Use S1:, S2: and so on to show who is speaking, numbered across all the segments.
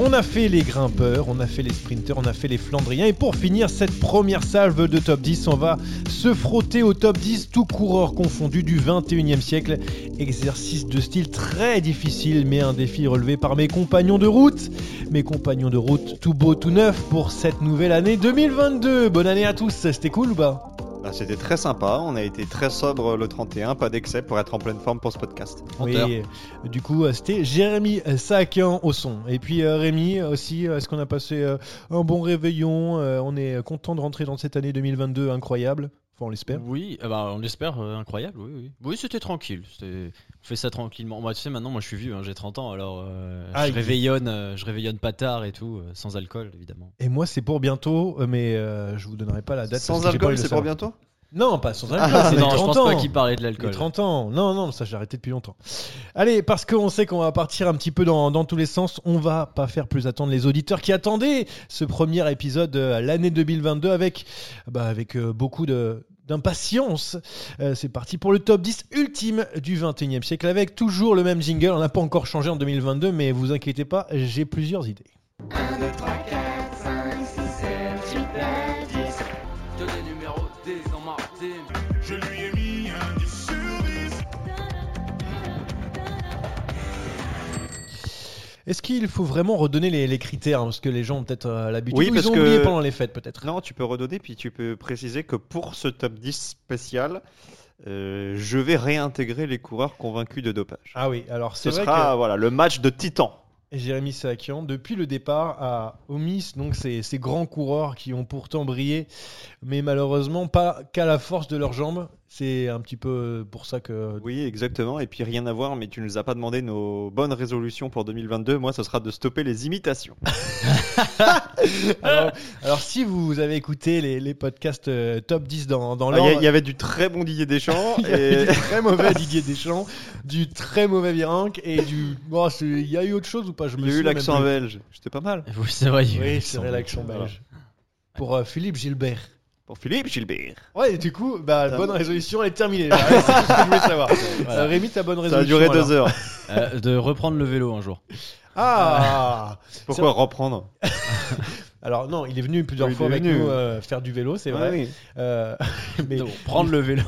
S1: On a fait les grimpeurs, on a fait les sprinters, on a fait les flandriens. Et pour finir cette première salve de top 10, on va se frotter au top 10 tout coureur confondu du 21e siècle. Exercice de style très difficile, mais un défi relevé par mes compagnons de route. Mes compagnons de route tout beau, tout neuf pour cette nouvelle année 2022. Bonne année à tous, c'était cool ou pas
S2: Ah, C'était très sympa, on a été très sobre le 31, pas d'excès pour être en pleine forme pour ce podcast.
S1: Oui,
S3: Menteur.
S1: euh, du coup, euh, c'était Jérémy Sakian au son. Et puis euh, Rémi euh, aussi, euh, est-ce qu'on a passé euh, un bon réveillon Euh, On est content de rentrer dans cette année 2022 incroyable. Enfin, on l'espère.
S3: Oui, euh, bah, on l'espère, euh, incroyable, oui, oui. Oui, c'était tranquille, c'était- on fait ça tranquillement. Moi, tu sais, maintenant, moi, je suis vieux, hein, j'ai 30 ans, alors euh,
S1: Aïe.
S3: je réveillonne, euh, je réveillonne pas tard et tout, euh, sans alcool, évidemment.
S1: Et moi, c'est pour bientôt, euh, mais euh, je vous donnerai pas la date. parce que
S2: Sans
S1: j'ai pas envie
S2: alcool,
S1: de
S2: c'est
S1: le
S2: pour
S1: savoir.
S2: bientôt
S1: Non, pas sans alcool, c'est
S3: Ah, non,
S1: les
S3: je
S1: 30
S3: pense
S1: Ah, ans.
S3: pas qu'il parlait de
S1: Les
S3: l'alcool.
S1: 30 ans. Non, non, ça j'ai arrêté depuis longtemps. Allez, parce qu'on sait qu'on va partir un petit peu dans, dans tous les sens, on va pas faire plus attendre les auditeurs qui attendaient ce premier épisode euh, l'année 2022 avec, bah, avec euh, beaucoup de d'impatience. Euh, c'est parti pour le top 10 ultime du 21e siècle avec toujours le même jingle. On n'a pas encore changé en 2022, mais vous inquiétez pas, j'ai plusieurs idées.
S4: 1, 2, 3, 4, 5, 6, 7, 8, 9, 10.
S5: Que des numéros 10 dans ma team.
S6: Je lui ai mis un 10 sur 10.
S1: Est-ce qu'il faut vraiment redonner les, les critères hein, Parce que les gens ont peut-être euh, l'habitude,
S2: Oui,
S1: ou
S2: parce
S1: ils ont
S2: que-
S1: oublié pendant les fêtes peut-être.
S2: Non, tu peux redonner, puis tu peux préciser que pour ce top 10 spécial, euh, je vais réintégrer les coureurs convaincus de dopage.
S1: Ah oui, alors c'est
S2: Ce
S1: vrai
S2: sera
S1: que...
S2: voilà, le match de titan.
S1: Et Jérémy Sakian, depuis le départ, a omis donc ces, ces grands coureurs qui ont pourtant brillé, mais malheureusement pas qu'à la force de leurs jambes. C'est un petit peu pour ça que.
S2: Oui, exactement. Et puis rien à voir, mais tu ne nous as pas demandé nos bonnes résolutions pour 2022. Moi, ce sera de stopper les imitations.
S1: Oh Alors, alors si vous avez écouté les, les podcasts euh, top 10 dans, dans
S2: Ah, Il y a-
S1: l'ordre,
S2: il y, avait du très bon Didier Deschamps.
S1: il y avait
S2: et...
S1: du très mauvais Didier Deschamps, du très mauvais Virenque et du. oh, c'est- Il y a eu autre chose ou pas Je me
S2: Il y a eu
S1: souviens même
S2: l'accent
S1: plus.
S2: belge. J'étais pas mal.
S3: Oui, c'est vrai. il y a eu
S1: Oui, c'est vrai, l'action
S3: Voilà.
S1: belge. Pour euh, Philippe Gilbert.
S2: Pour Philippe Gilbert.
S1: Ouais, et du coup, bah,
S2: Ça
S1: bonne
S2: va.
S1: résolution, elle est terminée. là. Ouais, c'est tout ce que je voulais savoir.
S3: Voilà.
S1: Euh, Rémi, ta bonne
S2: Ça a
S1: résolution.
S2: duré
S1: alors.
S2: deux heures.
S3: Euh, de reprendre le vélo un jour.
S1: Ah
S2: Pourquoi reprendre
S1: Alors, non, il est venu plusieurs
S2: Oui, il
S1: fois
S2: est
S1: avec
S2: venu.
S1: nous euh, faire du vélo, c'est vrai. Euh, mais
S3: Donc, prendre le vélo.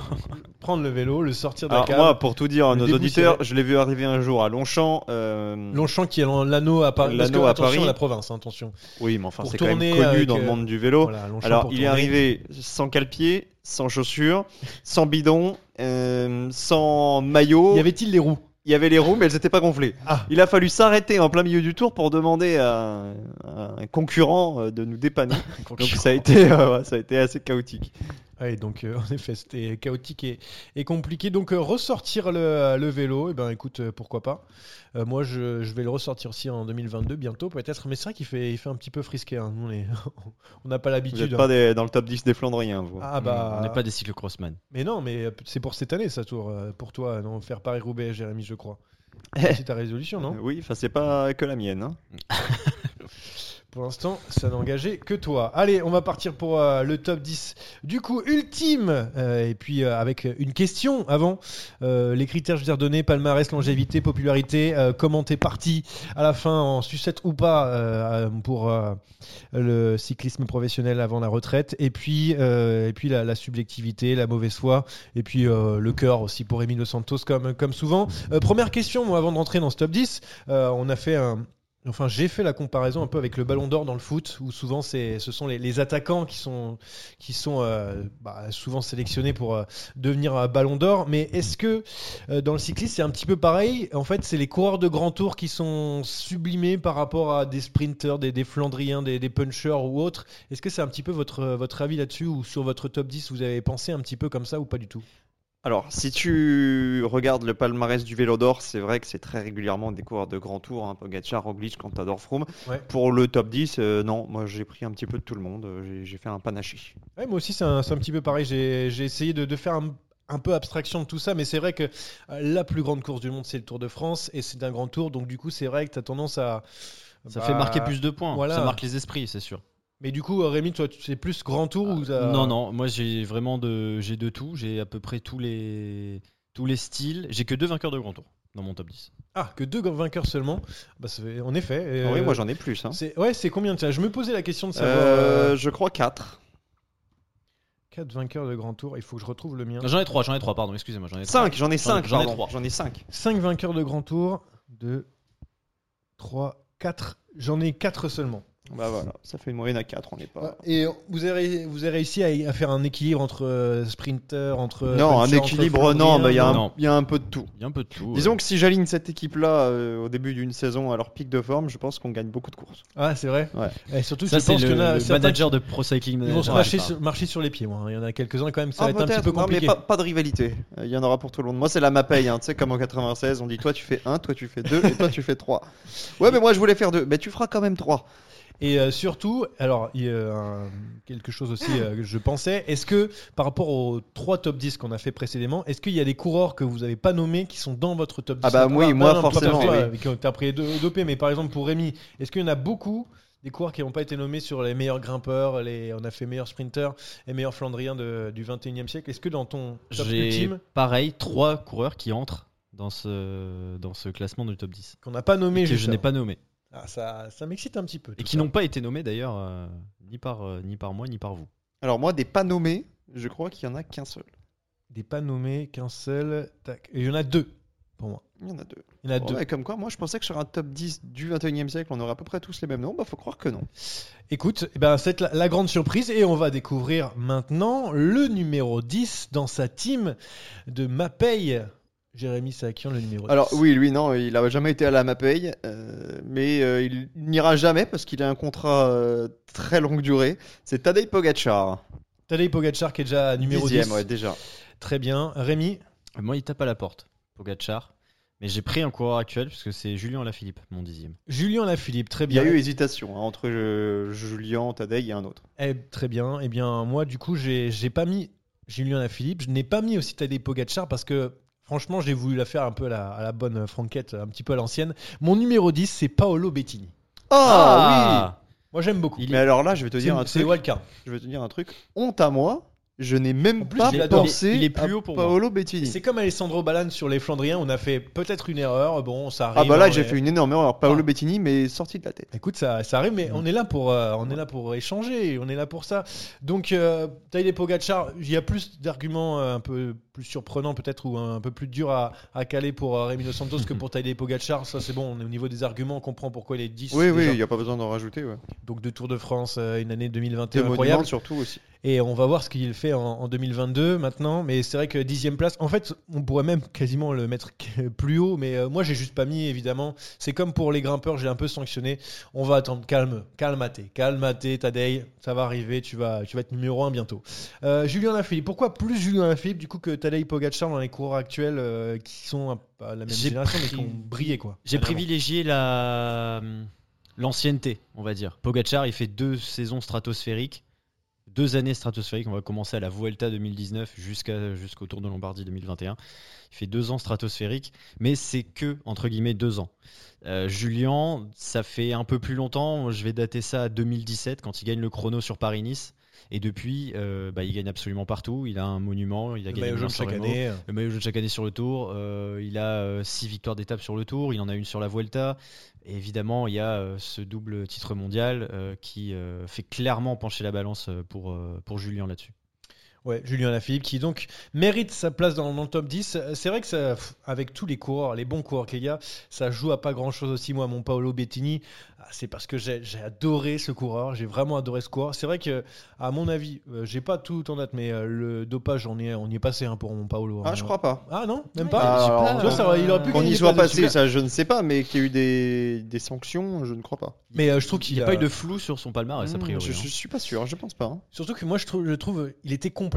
S1: prendre le vélo, le sortir de la
S2: Alors,
S1: cave.
S2: moi, pour tout dire à
S1: Le
S2: nos
S1: début,
S2: auditeurs,
S1: c'est
S2: je l'ai vu arriver un jour à Longchamp. euh,
S1: Longchamp qui est dans l'anneau à Paris. Parce que,
S2: L'anneau à
S1: attention,
S2: Paris.
S1: la province, hein, attention.
S2: Oui, mais enfin,
S1: Pour
S2: c'est quand même
S1: tourner
S2: connu
S1: avec,
S2: dans le
S1: euh,
S2: monde du vélo.
S1: Voilà, Longchamp
S2: Oh, Alors,
S1: pour
S2: il est
S1: tourner.
S2: arrivé sans calpier, sans chaussures, sans bidon, euh, sans maillot.
S1: Y avait-il les roues
S2: Il y avait les roues, mais elles n'étaient pas gonflées.
S1: Ah.
S2: Il a fallu s'arrêter en plein milieu du tour pour demander à, à un concurrent euh, de nous dépanner.
S1: Ah,
S2: Donc, ça a été, euh, ouais, ça a été assez chaotique.
S1: Ouais, donc euh, en effet, c'était chaotique et, et compliqué. Donc euh, ressortir le, le vélo, et ben écoute, euh, pourquoi pas. Euh, moi, je, je vais le ressortir aussi en 2022 bientôt peut-être. Mais c'est vrai qu'il fait, il fait un petit peu frisqué. hein. Nous, on est- on n'a pas
S2: Vous n'êtes
S1: l'habitude.
S2: pas
S1: hein.
S2: des- dans le top 10 des Flandriens, vous.
S1: Ah bah.
S3: On n'est pas des cyclocrossman.
S1: Mais non, mais euh, c'est pour cette année, ça tour. euh, Pour toi, euh, non, faire Paris Roubaix, Jérémy, je crois. C'est ta résolution, non
S2: Euh, Oui, enfin, c'est pas que la mienne. hein.
S1: Pour l'instant, ça n'engageait que toi. Allez, on va partir pour euh, le top 10. Du coup, ultime euh, Et puis, euh, avec une question avant. Euh, les critères, je vous ai redonnés palmarès, longévité, popularité, euh, comment t'es parti à la fin en sucette ou pas euh, euh, pour euh, le cyclisme professionnel avant la retraite. Et puis, euh, et puis la, la subjectivité, la mauvaise foi. Et puis, euh, le cœur aussi pour Emilio Santos, comme, comme souvent. Euh, première question, moi, avant de rentrer dans ce top 10, euh, on a fait un. Enfin, j'ai fait la comparaison un peu avec le Ballon d'Or dans le foot, où souvent c'est, ce sont les, les attaquants qui sont, qui sont euh, bah, souvent sélectionnés pour euh, devenir un Ballon d'Or. Mais est-ce que euh, dans le cyclisme c'est un petit peu pareil En fait, c'est les coureurs de grand tour qui sont sublimés par rapport à des sprinters, des, des flandriens, des, des punchers ou autres. Est-ce que c'est un petit peu votre, votre avis là-dessus ou sur votre top 10 Vous avez pensé un petit peu comme ça ou pas du tout
S2: Alors, si tu regardes le palmarès du Vélo d'Or, c'est vrai que c'est très régulièrement des coureurs de grand tour, hein, Pogacar, Roglic, Contador, Froome.
S1: Ouais.
S2: Pour le top 10, euh, non, moi j'ai pris un petit peu de tout le monde, euh, j'ai- j'ai fait un panaché.
S1: Ouais, moi aussi, c'est un, c'est un petit peu pareil. J'ai j'ai essayé de, de faire un, un peu abstraction de tout ça, mais c'est vrai que euh, la plus grande course du monde, c'est le Tour de France, et c'est un grand tour, donc du coup, c'est vrai que tu as tendance à.
S3: Ça
S1: bah,
S3: fait marquer plus de points.
S1: voilà.
S3: Ça marque les esprits, c'est sûr. Euh,
S1: Mais du coup, euh, Rémi, toi, tu- c'est plus grand tour ou euh, ça-
S3: Non, non, moi j'ai vraiment de, j'ai de tout. J'ai à peu près tous les, tous les styles. J'ai que deux vainqueurs de grand tour dans mon top 10.
S1: Ah, que deux vainqueurs seulement. Bah, ça fait- en effet.
S2: Ah
S1: euh,
S2: oui, moi j'en ai plus. hein.
S1: c'est- Ouais, c'est combien de ça Je me posais la question de savoir.
S2: Euh, je crois 4.
S1: 4 vainqueurs de grand tour, il faut que je retrouve le mien.
S3: Non, J'en ai trois, j'en ai trois, pardon, excusez-moi, j'en ai trois.
S2: 5, j'en ai 5.
S3: j'en ai
S2: pardon.
S3: trois.
S2: J'en ai 5.
S1: 5 vainqueurs de grand tour, 2, 3, 4. J'en ai 4 seulement.
S2: Bah voilà, ça fait une moyenne à 4, on n'est pas.
S1: Et vous avez, vous avez réussi à, à faire un équilibre entre euh, sprinter, entre.
S3: Euh,
S2: non,
S1: puncher,
S2: un
S1: entre hein.
S2: équilibre,
S1: Florian,
S2: non, bah, il y, a
S3: non.
S2: un- il y a un peu de tout.
S3: Il y a un peu de tout.
S2: Disons
S3: ouais.
S2: que si j'aligne cette équipe-là euh, au début d'une saison à leur pic de forme, je pense qu'on gagne beaucoup de courses.
S1: Ah, c'est vrai.
S2: Ouais.
S1: Et surtout,
S3: ça,
S1: je
S3: c'est
S1: pense
S3: le,
S1: qu'il y en a
S3: le
S1: certains
S3: manager de Pro Cycling euh,
S1: qui- Ils
S3: Manager,
S1: vont se
S3: ouais,
S1: marcher
S3: je sais
S1: sur, marcher sur les pieds. moi. hein. Il y en a quelques-uns quand même, ça va
S2: Ah,
S1: être un petit
S2: peut-être,
S1: peu
S2: non, mais
S1: compliqué.
S2: pas, pas de rivalité. Euh, Il y en aura pour tout le monde. Moi, c'est la mapaye. Hein, tu sais, comme en 96, on dit toi tu fais 1, toi tu fais 2 et toi tu fais 3. Ouais, mais moi je voulais faire 2. Mais tu feras quand même 3.
S1: Et euh, surtout, alors, il y a un- quelque chose aussi euh, que je pensais, est-ce que par rapport aux trois top 10 qu'on a fait précédemment, est-ce qu'il y a des coureurs que vous n'avez pas nommés qui sont dans votre top 10
S2: Ah bah oui, moi,
S1: non, toi,
S2: forcément,
S1: t'as pris,
S2: oui.
S1: euh, qui ont- T'as pris deux dopés, mais par exemple pour Rémi, est-ce qu'il y en a beaucoup des coureurs qui n'ont pas été nommés sur les meilleurs grimpeurs, les, on a fait meilleurs sprinters et meilleurs flandriens de- du 21e siècle. Est-ce que dans ton
S3: pas.
S1: top
S3: J'ai
S1: ultime,
S3: pareil trois coureurs qui entrent dans ce dans ce classement du top 10
S1: qu'on n'a pas nommé
S3: et que
S1: juste
S3: je n'ai
S1: avant
S3: pas nommé
S1: Ah, ça, ça m'excite un petit peu.
S3: et
S1: tout
S3: qui
S1: ça.
S3: n'ont pas été nommés d'ailleurs euh, ni par euh, ni par moi ni par vous.
S2: Alors, moi, des pas nommés, je crois qu'il y en a qu'un seul.
S1: Des pas nommés qu'un seul. Tac. Et il y en a deux pour moi.
S2: Il y en a deux.
S1: Il y en a deux.
S2: Ouais, comme quoi, moi je pensais que sur un top 10 du 21 e siècle, on aurait à peu près tous les mêmes noms. Bah, faut croire que non.
S1: Écoute, eh ben, c'est la, la grande surprise et on va découvrir maintenant le numéro 10 dans sa team de Mapei. Jérémy Sakian, le numéro 10.
S2: Alors oui, lui non, il n'a jamais été à la MAPEI, euh, mais euh, il n'ira jamais parce qu'il a un contrat euh, très longue durée. C'est Tadej Pogacar,
S1: Tadej Pogacar qui est déjà numéro
S2: dixième
S1: 10.
S2: ouais, déjà.
S1: Très bien. Rémi,
S3: Et Moi, il tape à la porte, Pogacar. Mais j'ai pris un coureur actuel parce que c'est Julien Lafilippe, mon dixième.
S1: Julien Lafilippe, très
S2: Il y
S1: bien.
S2: a eu hésitation hein, entre euh, Julien, Tadej et un autre.
S1: Eh, très bien. Eh bien, moi, du coup, j'ai j'ai pas mis Julien Lafilippe. Je n'ai pas mis aussi Tadej Pogacar parce que, franchement, j'ai voulu la faire un peu à la, à la bonne franquette, un petit peu à l'ancienne. Mon numéro 10, c'est Paolo Bettini.
S2: Ah,
S1: Moi, j'aime beaucoup.
S2: oui. Mais alors là, je vais te dire un
S1: C'est c'est
S2: truc.
S1: Walker.
S2: Je vais te dire un truc. Honte à moi, je n'ai même
S1: En plus,
S2: pas
S1: je l'adore.
S2: pensé
S3: Il est plus
S2: à
S3: haut pour moi.
S2: Paolo
S1: Et
S2: Bettini.
S1: C'est comme Alessandro Balan sur les Flandriens, on a fait peut-être une erreur, bon, ça arrive.
S2: Ah bah là,
S1: hein,
S2: j'ai
S1: mais-
S2: fait une énorme erreur. Paolo Bettini, mais sorti de la tête.
S1: Écoute, ça, ça arrive, mais
S2: Mm.
S1: on est là pour, euh, on est là pour échanger, on est là pour ça. Donc, euh, Tadej Pogacar, il y a plus d'arguments euh, un peu plus surprenants peut-être ou un, peu plus durs à, à caler pour euh, Rémi Dos Santos que pour Tadej Pogacar. Ça, c'est bon, on est au niveau des arguments, on comprend pourquoi il est 10.
S2: Oui, oui,
S1: déjà.
S2: il n'y a pas besoin d'en rajouter. Ouais.
S1: Donc, deux Tours de France, euh, une année 2021
S2: Des monuments
S1: incroyable.
S2: surtout aussi.
S1: Et on va voir ce qu'il fait en, en 2022 maintenant. Mais c'est vrai que dixième place, en fait, on pourrait même quasiment le mettre plus haut. Mais euh, moi, j'ai juste pas mis, évidemment. C'est comme pour les grimpeurs, j'ai un peu sanctionné. On va attendre, calme, calme à thé, calme à thé, Tadei. Ça va arriver, tu vas, tu vas être numéro un bientôt. Euh, Julien Lafilippe, pourquoi plus Julien Lafilippe du coup que Tadei Pogacar dans les coureurs actuels euh, qui sont à, à la même
S3: J'ai
S1: génération mais qui
S3: pris-
S1: ont brillé quoi
S3: J'ai
S1: Vraiment.
S3: privilégié la hum, l'ancienneté, on va dire. Pogacar, il fait deux saisons stratosphériques, deux années stratosphériques. On va commencer à la Vuelta 2019 jusqu'à jusqu'au Tour de Lombardie 2021. Il fait deux ans stratosphériques, mais c'est que entre guillemets deux ans. Euh, Julien, ça fait un peu plus longtemps. Je vais dater ça à 2017 quand il gagne le chrono sur Paris-Nice. Et depuis, euh, bah, il gagne absolument partout. Il a un monument, il a
S1: Le
S3: gagné
S1: maillot jaune
S3: Milan
S1: chaque
S3: Sanremo.
S1: année. euh.
S3: Le maillot jaune chaque année sur le tour. euh, il a euh, six victoires d'étape sur le tour. Il en a une sur la Vuelta. Et évidemment, il y a euh, ce double titre mondial euh, qui euh, fait clairement pencher la balance euh, pour, euh, pour Julien là-dessus.
S1: Ouais, Julien Lafilippe qui donc mérite sa place dans, dans le top 10. Euh, C'est vrai que ça, pff, avec tous les coureurs, les bons coureurs qu'il y a, ça joue à pas grand chose aussi. Moi, mon Paolo Bettini, ah, c'est parce que j'ai j'ai adoré ce coureur, j'ai vraiment adoré ce coureur. C'est vrai que, à mon avis, euh, j'ai pas tout en date, mais euh, le dopage, on y est, on y est passé hein, pour mon Paolo. hein.
S2: Ah, je crois pas.
S1: Ah non, même
S2: Ouais,
S1: pas.
S2: j'ai pas-
S1: Tu vois, ça, il aurait pu
S2: Qu'on
S1: gagner
S2: y
S1: des
S2: soit
S1: places de
S2: passé,
S1: super.
S2: ça je ne sais pas, mais qu'il y a eu des, des sanctions, je ne crois pas.
S1: Mais euh, je trouve
S3: Il
S1: qu'il
S3: n'y a
S1: a-
S3: pas eu de flou sur son palmarès, a
S2: Hmm,
S3: priori.
S2: je,
S3: hein.
S2: je suis pas sûr, je pense pas. hein.
S1: Surtout que moi, je trouve, je trouve euh, il était complet.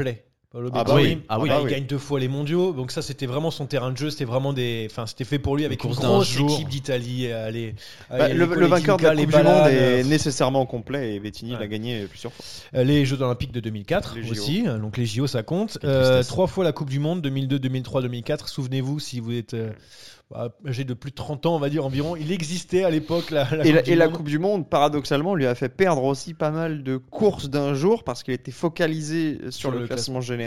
S1: Paolo
S2: Ah bah
S1: Bettini.
S2: oui. Ah oui,
S1: Là,
S2: bah
S1: il
S2: oui.
S1: gagne deux fois les mondiaux. Donc ça, c'était vraiment son terrain de jeu. C'était vraiment des, enfin, c'était fait pour lui avec une
S3: course d'un
S1: grosse
S3: jour.
S1: équipe d'Italie. euh, les-
S2: Bah,
S1: les-
S2: le,
S1: les
S2: le vainqueur de la
S1: Koletinka, les
S2: Coupe du Monde
S1: Ballan,
S2: est
S1: euh,
S2: nécessairement complet et Bettini
S1: Ouais.
S2: l'a gagné plusieurs fois.
S1: euh, les Jeux Olympiques de 2004
S2: Les JO.
S1: aussi. euh, Donc les JO, ça compte.
S3: Quelle
S1: Euh,
S3: tristesse.
S1: trois fois la Coupe du Monde 2002, 2003, 2004. Souvenez-vous si vous êtes, euh, bah, âgé de plus de 30 ans, on va dire environ. Il existait à l'époque la, la
S2: Et, la,
S1: Coupe du
S2: et la
S1: Monde.
S2: Coupe du Monde, paradoxalement, lui a fait perdre aussi pas mal de courses d'un jour parce qu'il était focalisé sur,
S1: Sur
S2: le,
S1: le
S2: classement général.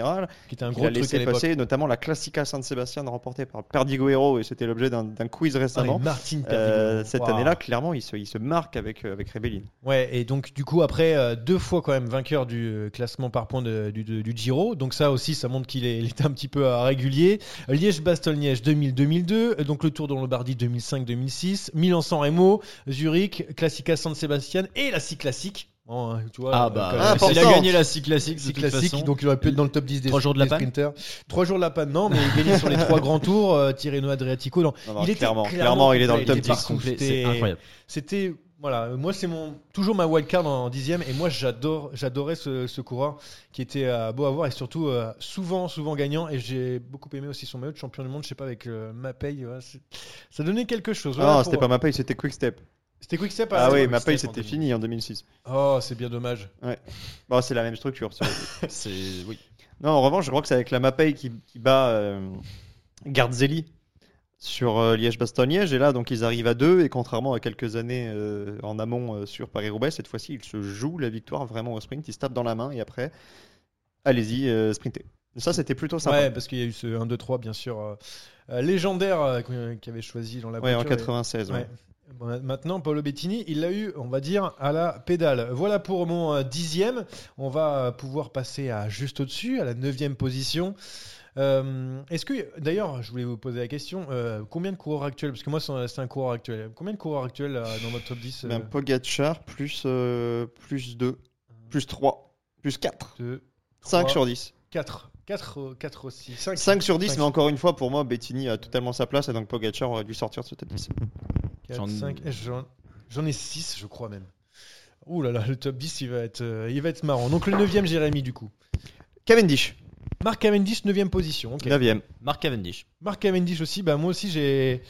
S1: qui était un
S2: Il
S1: gros
S2: a
S1: truc
S2: laissé
S1: à l'époque.
S2: passer notamment la Classica San Sebastian remportée par Perdiguero et c'était l'objet d'un- d'un quiz
S1: Ah, mais
S2: récemment.
S1: Martin
S2: Euh,
S1: Perdigone.
S2: cette
S1: Waouh.
S2: année-là, clairement, il se, il se marque avec, euh, avec Rebellin.
S1: Ouais, et donc du coup après euh, deux fois quand même vainqueur du euh, classement par points de- du, du- du Giro, donc ça aussi ça montre qu'il est, il est un petit peu euh, régulier. Liège-Bastogne-Liège 2000-2002, euh, donc le Tour de Lombardie 2005-2006, Milan-San Remo, Zurich, Classica San Sebastian et la scie classique. Oh, hein, tu vois,
S3: Ah
S1: euh, quand
S3: bah,
S1: même,
S2: important.
S3: il a gagné la scie classique,
S1: c'est
S3: de toute
S1: classique,
S3: façon.
S1: donc il aurait pu être dans le top 10 des,
S3: Trois jours de la
S1: des
S3: panne
S1: sprinters. Trois jours de la panne, non, mais il gagnait sur les trois grands tours, euh, Tirreno Adriatico. Non,
S2: Non, non,
S1: il était
S2: clairement,
S1: clairement
S2: clairement, il est dans le
S1: complet, il était
S2: top 10.
S1: partout. contre,
S3: Complet,
S1: c'était-
S3: c'est incroyable.
S1: c'était voilà moi c'est mon toujours ma wildcard en dixième et moi j'adore j'adorais ce, ce coureur qui était euh, beau à voir et surtout euh, souvent souvent gagnant et j'ai beaucoup aimé aussi son maillot de champion du monde je sais pas avec euh, Mapei ouais, c'est- ça donnait quelque chose Voilà
S2: non,
S1: pour-
S2: Oh, Ah, c'était pas Mapei, c'était Quick Step.
S1: c'était Quick Step
S2: Ah,
S1: ouais,
S2: oui,
S1: Quick
S2: Mapei,
S1: Step en
S2: c'était
S1: 2000.
S2: fini en 2006.
S1: oh c'est bien dommage
S2: Bon, Bah, c'est la même structure. c'est-
S3: C'est oui.
S2: Non, en revanche, je crois que c'est avec la Mapei qui, qui bat euh, Gardzeli sur euh, Liège-Bastogne-Liège. Et là, donc, ils arrivent à deux. Et contrairement à quelques années euh, en amont euh, sur Paris-Roubaix, cette fois-ci, ils se jouent la victoire vraiment au sprint. Ils se tapent dans la main et après, allez-y, euh, sprintez. Ça, c'était plutôt sympa.
S1: ouais parce qu'il y a eu ce 1 2 3 bien sûr euh, euh, légendaire euh, qu'on- qu'avait choisi dans la
S2: Ouais, en
S1: voiture et-
S2: 96. ouais.
S1: Ouais. Bon, Maintenant, Paolo Bettini, il l'a eu, on va dire, à la pédale. Voilà pour mon euh, dixième. On va euh, pouvoir passer à juste au-dessus, à la neuvième position. Euh, Est-ce que, d'ailleurs, je voulais vous poser la question, euh, combien de coureurs actuels Parce que moi, c'est c'est un coureur actuel. Combien de coureurs actuels euh, dans votre top 10 euh,
S2: Ben, Pogacar, plus, euh, plus 2, plus 3, plus 4,
S1: deux,
S2: 5
S1: trois,
S2: sur 10.
S1: 4. 4, 4 euh, aussi. 5,
S2: 5 sur 10,
S1: cinq.
S2: mais encore une fois, pour moi, Bettini a totalement sa place et donc Pogacar aurait dû sortir de ce top 10.
S3: J'en-
S1: 5. J'en ai 6, je crois même. Ouh là là, le top 10, il va être, euh, il va être marrant. Donc le neuvième, Jérémy, du coup.
S2: Cavendish,
S1: Marc Cavendish, 9 position. ok.
S2: 9ème.
S3: Marc Cavendish.
S1: Marc Cavendish aussi, bah moi aussi j'ai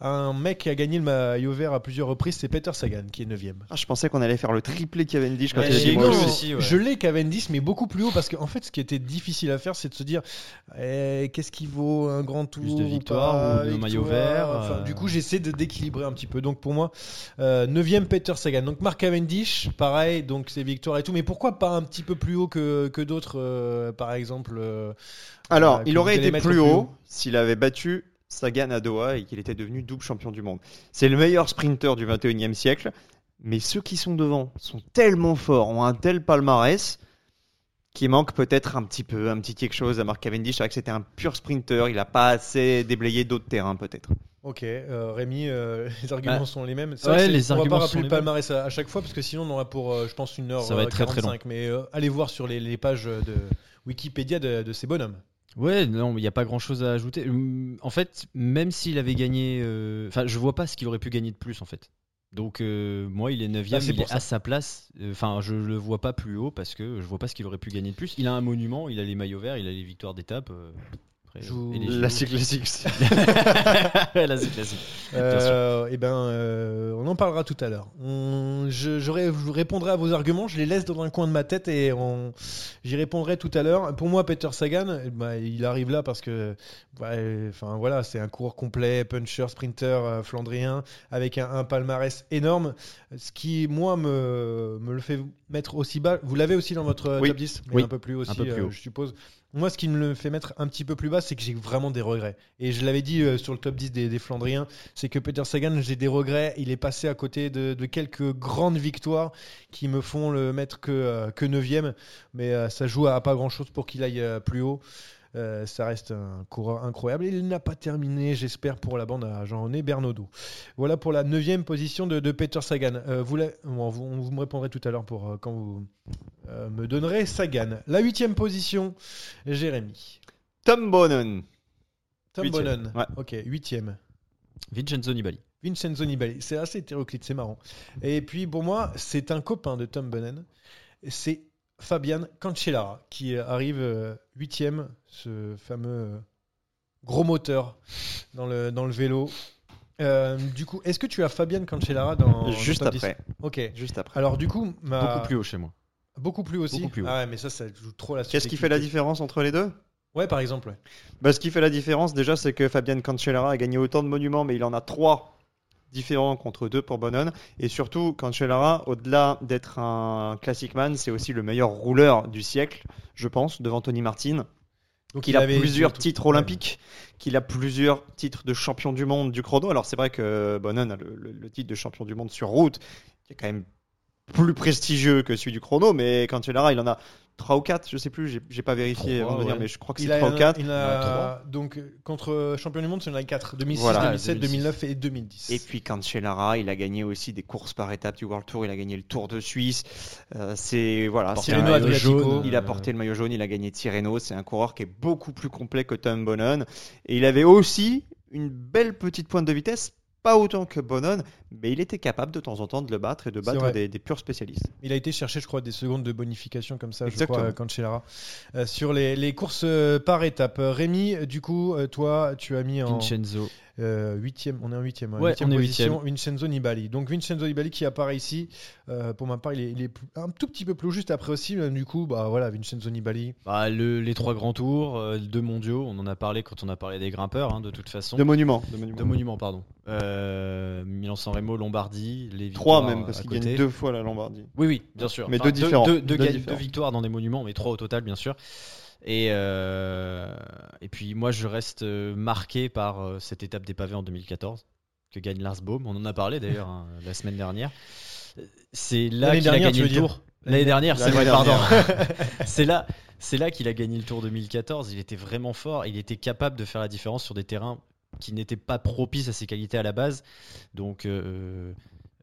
S1: un mec qui a gagné le maillot vert à plusieurs reprises, c'est Peter Sagan qui est 9
S2: Ah, je pensais qu'on allait faire le triplé Cavendish quand
S3: Ouais,
S2: il a
S3: j'ai
S2: dit moi
S3: eu
S2: aussi.
S3: aussi, ouais.
S1: Je l'ai Cavendish mais beaucoup plus haut parce qu'en fait ce qui était difficile à faire c'est de se dire eh, qu'est-ce qui vaut un grand tour
S3: Plus de
S1: ou
S3: victoires
S1: pas,
S3: ou de
S1: victoire,
S3: maillot vert,
S1: enfin,
S3: euh.
S1: Du coup j'essaie de d'équilibrer un petit peu donc pour moi 9 e Peter Sagan donc Marc Cavendish pareil donc ses victoires et tout mais pourquoi pas un petit peu plus haut que, que d'autres euh, par exemple euh,
S2: Alors,
S1: que
S2: il
S1: vous
S2: aurait
S1: allez
S2: été
S1: mettre
S2: plus
S1: au plus
S2: haut
S1: haut.
S2: s'il avait battu Sagan à Doha et qu'il était devenu double champion du monde. C'est le meilleur sprinter du 21e siècle, mais ceux qui sont devant sont tellement forts, ont un tel palmarès, qu'il manque peut-être un petit peu, un petit quelque chose à Mark Cavendish. C'est vrai que c'était un pur sprinter, il n'a pas assez déblayé d'autres terrains peut-être.
S1: Ok, euh, Rémi, euh, les arguments
S3: Bah,
S1: sont les mêmes. C'est
S3: ouais,
S1: vrai que c'est-
S3: les
S1: on va
S3: arguments
S1: pas
S3: sont
S1: rappeler
S3: les
S1: le palmarès à, à chaque fois parce que sinon on aura pour, euh, je pense, une heure
S3: Ça va être très,
S1: 45.
S3: très
S1: Mais euh, allez voir sur les, les pages de Wikipédia de, de ces bonhommes.
S3: Ouais, non, il n'y a pas grand chose à ajouter. Hum, En fait, même s'il avait gagné. euh, Enfin, je vois pas ce qu'il aurait pu gagner de plus, en fait. Donc, euh, moi, il est 9
S1: Ah, c'est
S3: il
S1: pour
S3: est
S1: ça.
S3: à sa place. Euh, Enfin, je le vois pas plus haut parce que je vois pas ce qu'il aurait pu gagner de plus. Il a un monument, il a les maillots verts, il a les victoires d'étape. euh, après,
S1: Je vous-
S3: et les
S1: La
S2: La
S3: JO.
S2: classique.
S3: La cycle classique.
S1: Euh, eh ben, euh, on en parlera tout à l'heure. On- Je, je ré- je vous répondrai à vos arguments, je les laisse dans un coin de ma tête et on- j'y répondrai tout à l'heure. Pour moi, Peter Sagan, eh ben, il arrive là parce que, bah, euh, enfin voilà, c'est un cours complet, puncher, sprinter, euh, flandrien, avec un, un palmarès énorme. Ce qui, moi, me, me le fait mettre aussi bas. Vous l'avez aussi dans votre euh,
S2: Oui.
S1: top 10, mais
S3: Oui.
S1: un peu plus haut aussi,
S3: peu plus
S1: euh,
S3: haut.
S1: je suppose. Moi, ce qui me le fait mettre un petit peu plus bas, c'est que j'ai vraiment des regrets. Et je l'avais dit euh, sur le top 10 des, des Flandriens, c'est que Peter Sagan, j'ai des regrets. Il est passé à côté de, de quelques grandes victoires qui me font le mettre que, euh, que 9 Mais euh, ça joue à, pas grand-chose pour qu'il aille euh, plus haut. Euh, ça reste un coureur incroyable. Il n'a pas terminé, j'espère, pour la bande à Jean-René Bernaudot. Voilà pour la 9 position de, de Peter Sagan. Euh, vous, la- bon, vous, vous me répondrez tout à l'heure pour euh, quand vous euh, me donnerez Sagan. La 8 position, Jérémy.
S2: Tom Bonnen.
S1: Tom
S2: Huitième,
S1: Bonnen.
S2: ouais.
S1: Ok, huitième.
S3: Vincenzo Nibali.
S1: Vincenzo Nibali. C'est assez hétéroclite, c'est marrant. Et puis pour moi, c'est un copain de Tom Bonnen. C'est Fabian Cancellara qui arrive euh, huitième, ce fameux euh, gros moteur dans le, dans le vélo. Euh, du coup, est-ce que tu as Fabian Cancellara dans dans
S2: Juste
S1: top 10?
S2: après.
S1: Ok.
S2: Juste après.
S1: Alors du coup, ma-
S3: Beaucoup plus haut chez moi.
S1: beaucoup plus aussi.
S3: Beaucoup plus haut.
S1: Ah ouais, mais ça, ça joue trop la.
S2: Qu'est-ce qui fait la
S1: subjectivité.
S2: différence entre les deux
S1: Ouais, par exemple. ouais.
S2: Bah, ce qui fait la différence, déjà, c'est que Fabian Cancellara a gagné autant de monuments, mais il en a trois différents contre deux pour Bonon. Et surtout, Cancellara, au-delà d'être un classic man, c'est aussi le meilleur rouleur du siècle, je pense, devant Tony Martin.
S1: Donc
S2: qu'il a
S1: avait
S2: plusieurs
S1: surtout-
S2: titres olympiques, qu'il a plusieurs titres de champion du monde du chrono. Alors c'est vrai que Bonnen a le, le- le titre de champion du monde sur route, qui est quand même plus prestigieux que celui du chrono, mais Cancellara, il en a 3 ou 4, je sais plus, j'ai- j'ai pas vérifié
S3: Trois,
S2: avant de venir,
S3: ouais.
S2: mais je crois que c'est
S1: Il a,
S2: 3 ou 4.
S1: il a- donc euh, contre euh, champion du monde, il y en a 4 2006,
S2: Voilà,
S1: 2007,
S3: 2006.
S1: 2009 et 2010.
S2: Et puis Cancellara, il a gagné aussi des courses par étapes du World Tour, il a gagné le Tour de Suisse. Euh, c'est voilà,
S3: Porté
S2: c'est
S1: un
S2: le
S1: maillot
S2: Adriatico.
S1: jaune.
S2: Il a porté le maillot jaune, il a gagné Tirreno. C'est un coureur qui est beaucoup plus complet que Tom Bonnen. Et il avait aussi une belle petite pointe de vitesse, pas autant que Bonnen, mais il était capable de temps en temps de le battre et de battre
S1: vrai.
S2: des, des purs spécialistes.
S1: Il a été chercher, je crois, des secondes de bonification comme ça,
S2: Exactement.
S1: je crois, Cancellara, euh, sur les, les courses euh, par étapes. Euh, Rémi, euh, du coup, euh, toi, tu as mis en
S3: Vincenzo.
S1: euh, huitième, on est en huitième, hein,
S3: Ouais,
S1: huitième
S3: on est
S1: position, Vincenzo Nibali. Donc Vincenzo Nibali qui apparaît ici, euh, pour ma part, il est, il est un tout petit peu plus haut, juste après aussi. mais du coup, bah voilà, Vincenzo Nibali.
S3: Bah, le- les trois grands tours, euh, deux mondiaux, on en a parlé quand on a parlé des grimpeurs, hein, de toute façon.
S2: De monuments.
S3: De monuments, pardon. Euh, Milan-San Remo, Lombardie, les
S2: Trois
S3: victoires
S2: même, parce
S3: à
S2: qu'il
S3: côté.
S2: gagne deux fois la Lombardie.
S3: Oui, oui, bien sûr.
S2: Mais deux différents.
S3: Deux, deux
S2: Deux
S3: gagnes-
S2: différents.
S3: deux victoires dans des monuments, mais trois au total, bien sûr. Et, euh, et puis moi, je reste euh, marqué par euh, cette étape des pavés en 2014 que gagne Lars Bohm. On en a parlé d'ailleurs hein, la semaine dernière. Euh, C'est là
S1: L'année
S3: qu'il a
S1: dernière, tu
S3: gagné le
S1: veux dire
S3: tour. L'année dernière, Ah, c'est vrai,
S2: L'année
S3: pardon. c'est là, c'est là qu'il a gagné le tour 2014. Il était vraiment fort. Il était capable de faire la différence sur des terrains qui n'étaient pas propices à ses qualités à la base. Donc euh,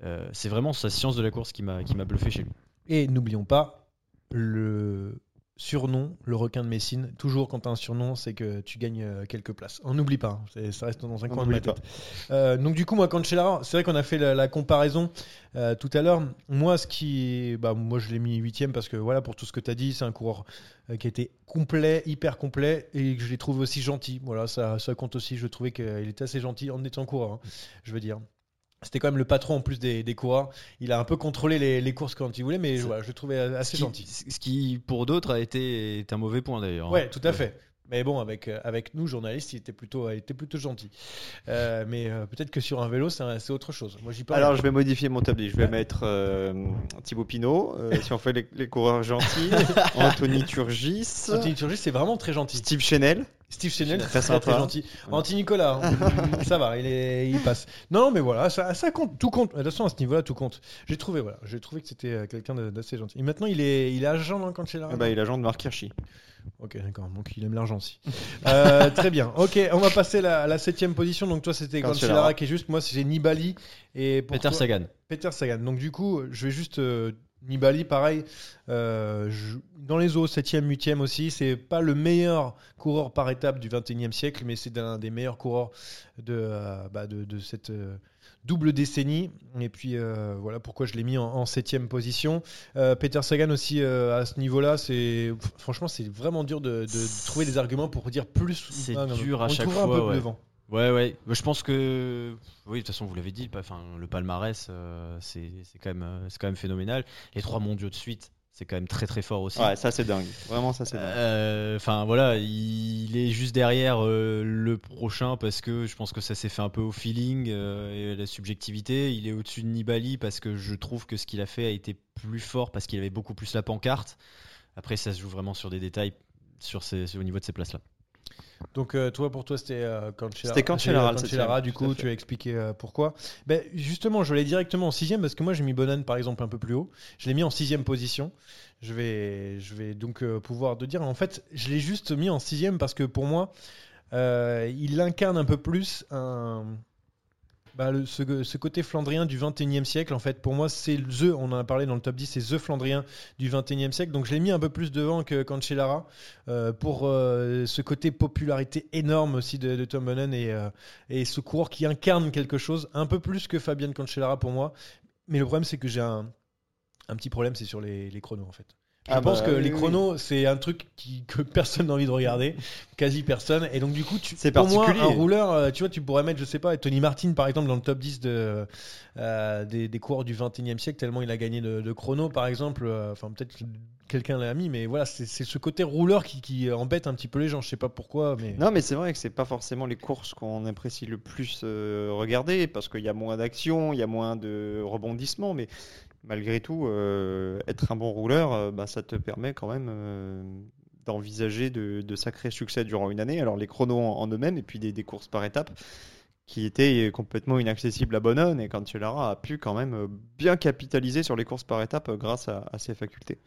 S3: euh, c'est vraiment sa science de la course qui m'a qui m'a bluffé chez lui.
S1: Et n'oublions pas le surnom, le requin de Messine. Toujours quand tu as un surnom, c'est que tu gagnes euh, quelques places. On n'oublie pas, hein. C'est- ça reste dans un
S2: On
S1: coin de la
S2: n'oublie
S1: tête. Euh, donc du coup, moi, Cancellara, c'est vrai qu'on a fait la, la comparaison euh, tout à l'heure. Moi, ce qui, bah, moi, je l'ai mis huitième parce que voilà, pour tout ce que tu as dit, c'est un coureur euh, qui était complet, hyper complet, et que je les trouve aussi gentil. Voilà, ça, ça compte aussi. Je trouvais qu'il était assez gentil en étant coureur, hein, je veux dire. C'était quand même le patron en plus des, des coureurs. Il a un peu contrôlé les, les courses quand il voulait, mais
S3: Ça-
S1: voilà, je le trouvais assez
S3: Ce qui-
S1: gentil.
S3: Ce qui, pour d'autres, a été est un mauvais point d'ailleurs. hein.
S1: Ouais, tout à fait. Mais bon, avec, euh, avec nous, journalistes, il était plutôt, il était plutôt gentil. Euh, mais euh, peut-être que sur un vélo, c'est un- c'est autre chose. Moi, j'y parle.
S2: Alors je vais modifier mon tablier. Je vais
S1: Ouais.
S2: mettre euh, Thibaut Pinot, euh, si on fait les, les coureurs gentils, Anthony Turgis,
S1: Anthony Turgis, c'est vraiment très gentil.
S2: Steve Chenel.
S1: Steve Chenel,
S2: Très
S1: très, très,
S2: sympa.
S1: gentil. Anti-Nicolas, hein. ça va, il, est, il passe. Non, mais voilà, ça, ça compte, tout compte. De toute façon, à ce niveau-là, tout compte. J'ai trouvé, voilà, j'ai trouvé que c'était euh, quelqu'un de- d'assez gentil. Et maintenant, il est, il est agent hein, quand il est là.
S2: Ah bah, il est agent de Marc Hirschi.
S1: Ok, d'accord. Donc il aime l'argent aussi. Euh, très bien. Ok, on va passer à la, à la septième position. Donc toi, c'était
S2: Cancellara.
S1: Cancellara qui est juste. Moi, j'ai Nibali et pour
S3: Peter
S1: toi-
S3: Sagan.
S1: Peter Sagan. Donc du coup, je vais juste euh, Nibali, pareil. euh, je- dans les eaux, septième, huitième aussi. C'est pas le meilleur coureur par étape du 21e siècle, mais c'est l'un des meilleurs coureurs de, euh, bah, de, de cette euh, double décennie. Et puis euh, voilà pourquoi je l'ai mis en, en septième position. Euh, Peter Sagan aussi euh, à ce niveau-là, c'est pff, franchement c'est vraiment dur de, de- de trouver des arguments pour dire plus. ou
S3: C'est
S1: pas.
S3: dur à
S1: On
S3: chaque
S1: couvre un
S3: fois,
S1: peu
S3: ouais.
S1: devant.
S3: Ouais, ouais. Bah, Je pense que. Oui, de toute façon, vous l'avez dit, le, pa- enfin, le palmarès, euh, c'est c'est quand, même, euh, c'est quand même phénoménal. Les trois mondiaux de suite, c'est quand même très très fort aussi.
S2: Ouais, ça c'est dingue. Vraiment, ça c'est dingue.
S3: Euh, Enfin voilà, il est juste derrière euh, le prochain parce que je pense que ça s'est fait un peu au feeling euh, et à la subjectivité. Il est au-dessus de Nibali parce que je trouve que ce qu'il a fait a été plus fort parce qu'il avait beaucoup plus la pancarte. Après, ça se joue vraiment sur des détails sur ces, au niveau de ces places-là.
S1: Donc euh, toi, pour toi, c'était euh, Cancellara.
S2: C'était Cancellara, le septième,
S1: du
S2: tout à
S1: coup,
S2: fait.
S1: tu as expliqué euh, pourquoi. Ben, justement, je l'ai directement en sixième parce que moi, j'ai mis Bonan, par exemple, un peu plus haut. Je l'ai mis en sixième position. Je vais, je vais donc euh, pouvoir te dire. En fait, je l'ai juste mis en sixième parce que pour moi, euh, il incarne un peu plus un... bah, le- ce, ce côté flandrien du 21e siècle, en fait, pour moi, c'est The, on en a parlé dans le top 10, c'est The flandrien du 21e siècle. Donc je l'ai mis un peu plus devant que Cancellara euh, pour euh, ce côté popularité énorme aussi de, de Tom Bonnen et, euh, et ce coureur qui incarne quelque chose, un peu plus que Fabien Cancellara pour moi. Mais le problème, c'est que j'ai un, un petit problème, c'est sur les, les chronos, en fait. Je
S2: Ah
S1: pense
S2: bah,
S1: que
S2: oui,
S1: les
S2: oui.
S1: chronos, c'est un truc qui- que personne n'a envie de regarder, quasi personne. Et donc du coup, tu,
S2: C'est
S1: pour moi, un
S2: particulier.
S1: rouleur, euh, tu vois, tu pourrais mettre, je sais pas, Tony Martin par exemple dans le top 10 de, euh, des, des coureurs du 21e siècle, tellement il a gagné de, de chrono par exemple. Euh, Enfin, peut-être que quelqu'un l'a mis, mais voilà, c'est c'est ce côté rouleur qui, qui embête un petit peu les gens. Je sais pas pourquoi, mais
S2: Non, mais c'est vrai que c'est pas forcément les courses qu'on apprécie le plus euh, regarder parce qu'il y a moins d'action, il y a moins de rebondissements, mais malgré tout, euh, être un bon rouleur, euh, bah, ça te permet quand même euh, d'envisager de, de sacrés succès durant une année. Alors les chronos en, en eux-mêmes et puis des, des courses par étapes qui étaient complètement inaccessibles à Bonone et Cancellara a pu quand même euh, bien capitaliser sur les courses par étapes euh, grâce à, à ses facultés.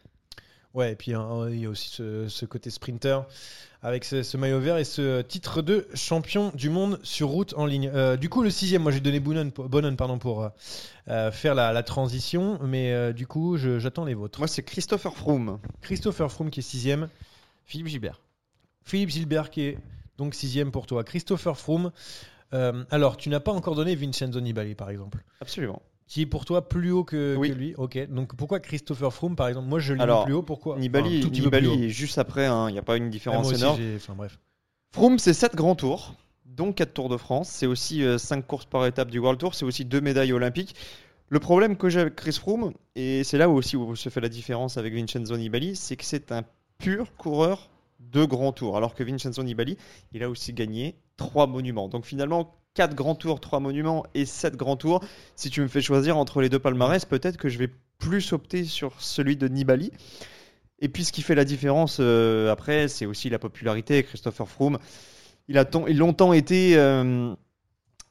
S1: ouais. Et puis hein, il y a aussi ce, ce côté sprinter avec ce, ce maillot vert et ce titre de champion du monde sur route en ligne. Euh, du coup, le sixième, moi j'ai donné Bonon, Bonon, pardon, pour euh, euh, faire la, la transition, mais euh, du coup, je- j'attends les vôtres.
S2: Moi, c'est Christopher Froome.
S1: Christopher Froome qui est sixième,
S3: Philippe Gilbert.
S1: Philippe Gilbert qui est donc sixième pour toi. Christopher Froome, euh, alors tu n'as pas encore donné Vincenzo Nibali par exemple,
S2: Absolument.
S1: qui est pour toi plus haut que,
S2: Oui.
S1: que lui. Ok, donc pourquoi Christopher Froome par exemple Moi je l'ai mis
S2: Alors,
S1: plus haut, pourquoi Enfin,
S2: Nibali,
S1: tout petit peu
S2: Nibali
S1: plus haut.
S2: est juste après, hein, il n'y a pas une
S1: Ah, moi
S2: différence
S1: aussi,
S2: énorme.
S1: j'ai- enfin bref.
S2: Froome, c'est 7 grands tours, dont 4 tours de France. C'est aussi 5 courses par étape du World Tour. C'est aussi 2 médailles olympiques. Le problème que j'ai avec Chris Froome, et c'est là aussi où se fait la différence avec Vincenzo Nibali, c'est que c'est un pur coureur de grands tours. Alors que Vincenzo Nibali, il a aussi gagné 3 monuments. Donc finalement, 4 grands tours, 3 monuments et 7 grands tours. Si tu me fais choisir entre les deux palmarès, peut-être que je vais plus opter sur celui de Nibali. Et puis ce qui fait la différence euh, après, c'est aussi la popularité. Christopher Froome, il a ton- il a longtemps été euh,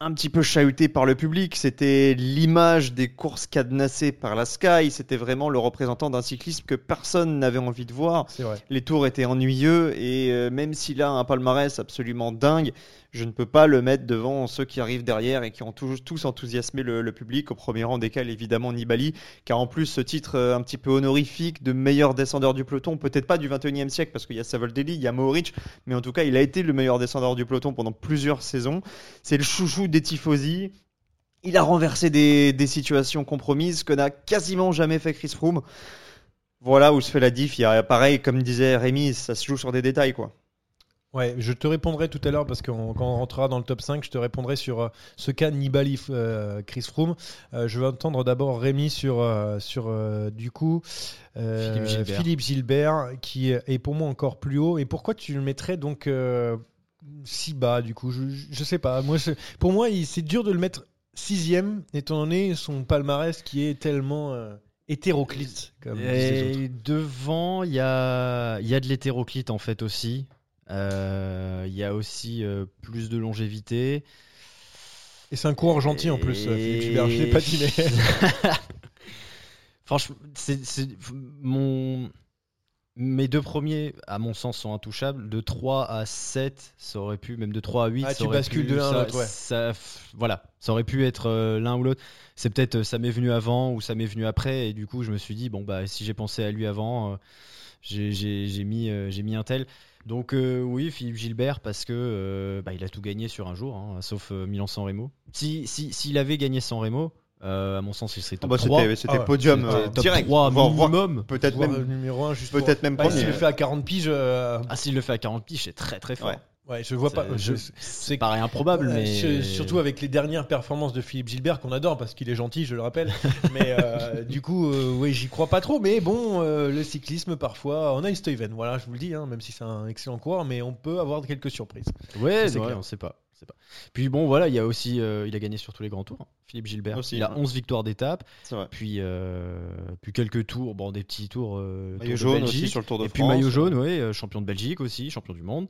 S2: un petit peu chahuté par le public. C'était l'image des courses cadenassées par la Sky. C'était vraiment le représentant d'un cyclisme que personne n'avait envie de voir.
S1: C'est vrai.
S2: Les tours étaient ennuyeux et euh, même s'il a un palmarès absolument dingue, je ne peux pas le mettre devant ceux qui arrivent derrière et qui ont tous, tous enthousiasmé le, le public, au premier rang desquels évidemment Nibali, car en plus ce titre euh, un petit peu honorifique de meilleur descendeur du peloton, peut-être pas du 21e siècle parce qu'il y a Savoldelli, il y a Mohoric, mais en tout cas il a été le meilleur descendeur du peloton pendant plusieurs saisons. C'est le chouchou des tifosi. Il a renversé des, des situations compromises que n'a quasiment jamais fait Chris Froome. Voilà où se fait la diff. Il y a, pareil, comme disait Rémi, ça se joue sur des détails, quoi.
S1: Ouais, je te répondrai tout à l'heure parce que quand on rentrera dans le top 5, je te répondrai sur euh, ce cas Nibali euh, Chris Froome. Euh, je vais entendre d'abord Rémi sur euh, sur euh, du coup euh,
S3: Philippe Gilbert.
S1: Philippe Gilbert, qui est pour moi encore plus haut et pourquoi tu le mettrais donc euh, si bas du coup je, je sais pas moi je- pour moi il- c'est dur de le mettre sixième étant donné son palmarès qui est tellement euh, hétéroclite comme disent les autres.
S3: Et devant, il y a, il y a de l'hétéroclite en fait aussi. Euh, Il y a aussi euh, plus de longévité.
S1: et c'est un coureur gentil en plus euh,
S3: Et-
S1: Philippe Gilbert je l'ai pas dit mais
S3: Franchement, c'est, c'est- mon... mes deux premiers, à mon sens, sont intouchables. De 3 à 7, ça aurait pu, même de 3 à 8,
S1: Ah,
S3: ça
S1: tu
S3: aurait
S1: bascules
S3: pu-
S1: de l'un à
S3: ça-
S1: l'autre, ouais.
S3: ça- f- voilà, ça aurait pu être euh, l'un ou l'autre. C'est peut-être euh, ça m'est venu avant ou ça m'est venu après, et du coup, je me suis dit, bon, bah, si j'ai pensé à lui avant, euh, j'ai, j'ai- j'ai mis, euh, j'ai mis un tel. Donc, euh, oui, Philippe Gilbert, parce que euh, bah, il a tout gagné sur un jour, hein, sauf euh, Milan-San Remo. Si, si, s'il avait gagné San Remo, euh, à mon sens, il serait top 3.
S2: bah, c'était c'était
S1: Ah ouais.
S2: podium
S1: C'était
S2: euh,
S1: top
S3: Top
S2: direct.
S3: 3
S2: Voire- voire-
S3: minimum.
S2: peut-être
S1: Voire
S2: même.
S1: le numéro 1 juste
S2: peut-être
S1: pour-
S2: même
S1: Bah,
S2: premier.
S1: s'il le fait à 40 piges euh,
S3: Ah, s'il le fait à 40 piges, c'est très très fort.
S2: Ouais.
S1: ouais je vois
S3: C'est-
S1: pas
S3: je-
S1: je-
S3: C'est paraît improbable,
S1: euh,
S3: mais.
S1: je- surtout avec les dernières performances de Philippe Gilbert qu'on adore parce qu'il est gentil je le rappelle mais euh, du coup euh, oui j'y crois pas trop mais bon euh, le cyclisme parfois on a une Steven voilà je vous le dis hein, même si c'est un excellent coureur mais on peut avoir quelques surprises
S3: Ouais,
S1: c'est
S3: ouais,
S1: clair.
S3: on sait pas. on sait pas. Puis bon, voilà, il y a aussi, euh, il a gagné sur tous les grands tours. hein, Philippe Gilbert,
S2: Aussi,
S3: il a
S2: ouais.
S3: 11 victoires d'étape,
S2: C'est vrai.
S3: puis euh, puis quelques tours, bon des petits tours. euh, tour
S2: Maillot
S3: de
S2: jaune
S3: Belgique.
S2: aussi sur le Tour de
S3: Et
S2: France.
S3: puis maillot jaune, ouais, euh, champion de Belgique aussi, champion du monde.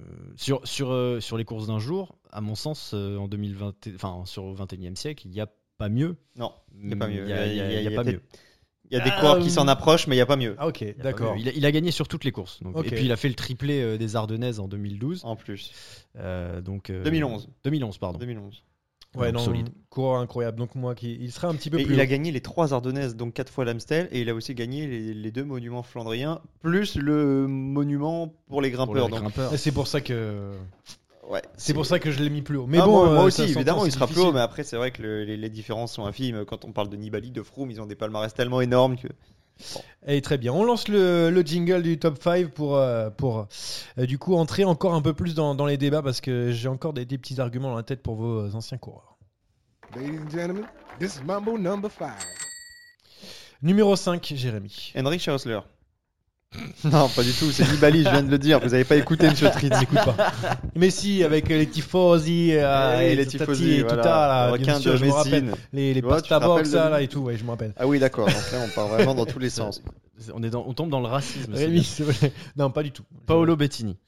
S3: Euh, Sur, sur, euh, sur les courses d'un jour, à mon sens, euh, en 2020, et- enfin sur le 21e siècle, il n'y a pas mieux.
S2: Non, il n'y a pas mieux.
S3: Il y a- il y a- il y a pas
S2: peut-être-
S3: mieux. Euh,
S2: Il y a des
S1: Ah,
S2: coureurs
S1: oui.
S2: qui s'en approchent, mais il n'y a pas mieux.
S1: ah ok
S3: Il a pas
S1: d'accord
S3: mieux. Il, a- il a gagné sur toutes les courses. donc.
S1: Ok.
S3: Et puis il a fait le triplé euh, des Ardennaises en 2012.
S2: En plus.
S3: euh, donc, euh,
S2: 2011.
S3: 2011, pardon.
S2: 2011.
S1: ouais
S3: Donc,
S1: non
S3: solide.
S1: coureur incroyable donc moi qui il sera un petit peu
S2: Et
S1: plus
S2: il a
S1: haut.
S2: gagné les trois Ardennaises, donc quatre fois l'Amstel, et il a aussi gagné les, les deux monuments flandriens, plus le monument pour les
S3: Pour les
S2: grimpeurs. donc,
S3: grimpeurs.
S1: Et c'est pour ça que
S2: ouais,
S1: c'est pour ça que je l'ai mis plus haut mais
S2: Ah,
S1: bon
S2: moi, moi
S1: euh, ça
S2: aussi,
S1: s'entend,
S2: évidemment, il
S1: c'est
S2: sera plus
S1: difficile.
S2: haut, mais après, c'est vrai que le- les, les différences sont infimes. Quand on parle de Nibali, de Froome, ils ont des palmarès tellement énormes que
S1: Et Eh, très bien. On lance le, le jingle du top 5 pour, euh, pour euh, du coup entrer encore un peu plus dans, dans les débats parce que j'ai encore des, des petits arguments dans la tête pour vos anciens coureurs.
S7: Ladies and gentlemen, this is Mambo number five.
S1: Numéro 5, Jérémy.
S2: Henrik Schausler. non, pas du tout, c'est Nibali, je viens de le dire. Vous avez pas écouté Monsieur Tritz.
S1: N'écoute pas. Messi avec les tifosi euh,
S2: Et
S1: et
S2: les
S1: tout tati
S2: Eh, tifosi,
S1: et tout
S2: voilà.
S1: ça, là,
S2: Le
S1: bien
S2: requin
S1: sûr,
S2: de
S1: je me rappelle.
S2: Messine.
S1: Les, les
S2: Tu vois,
S1: pasta
S2: tu te rappelles
S1: box,
S2: de
S1: ça,
S2: nous
S1: là et tout, ouais, je me rappelle.
S2: Ah oui, d'accord. Donc là, on part vraiment dans tous les sens.
S3: On, est dans- on tombe dans le racisme. c'est
S1: Rémi,
S3: bien.
S1: c'est vrai. Non, pas du tout.
S3: Paolo Bettini.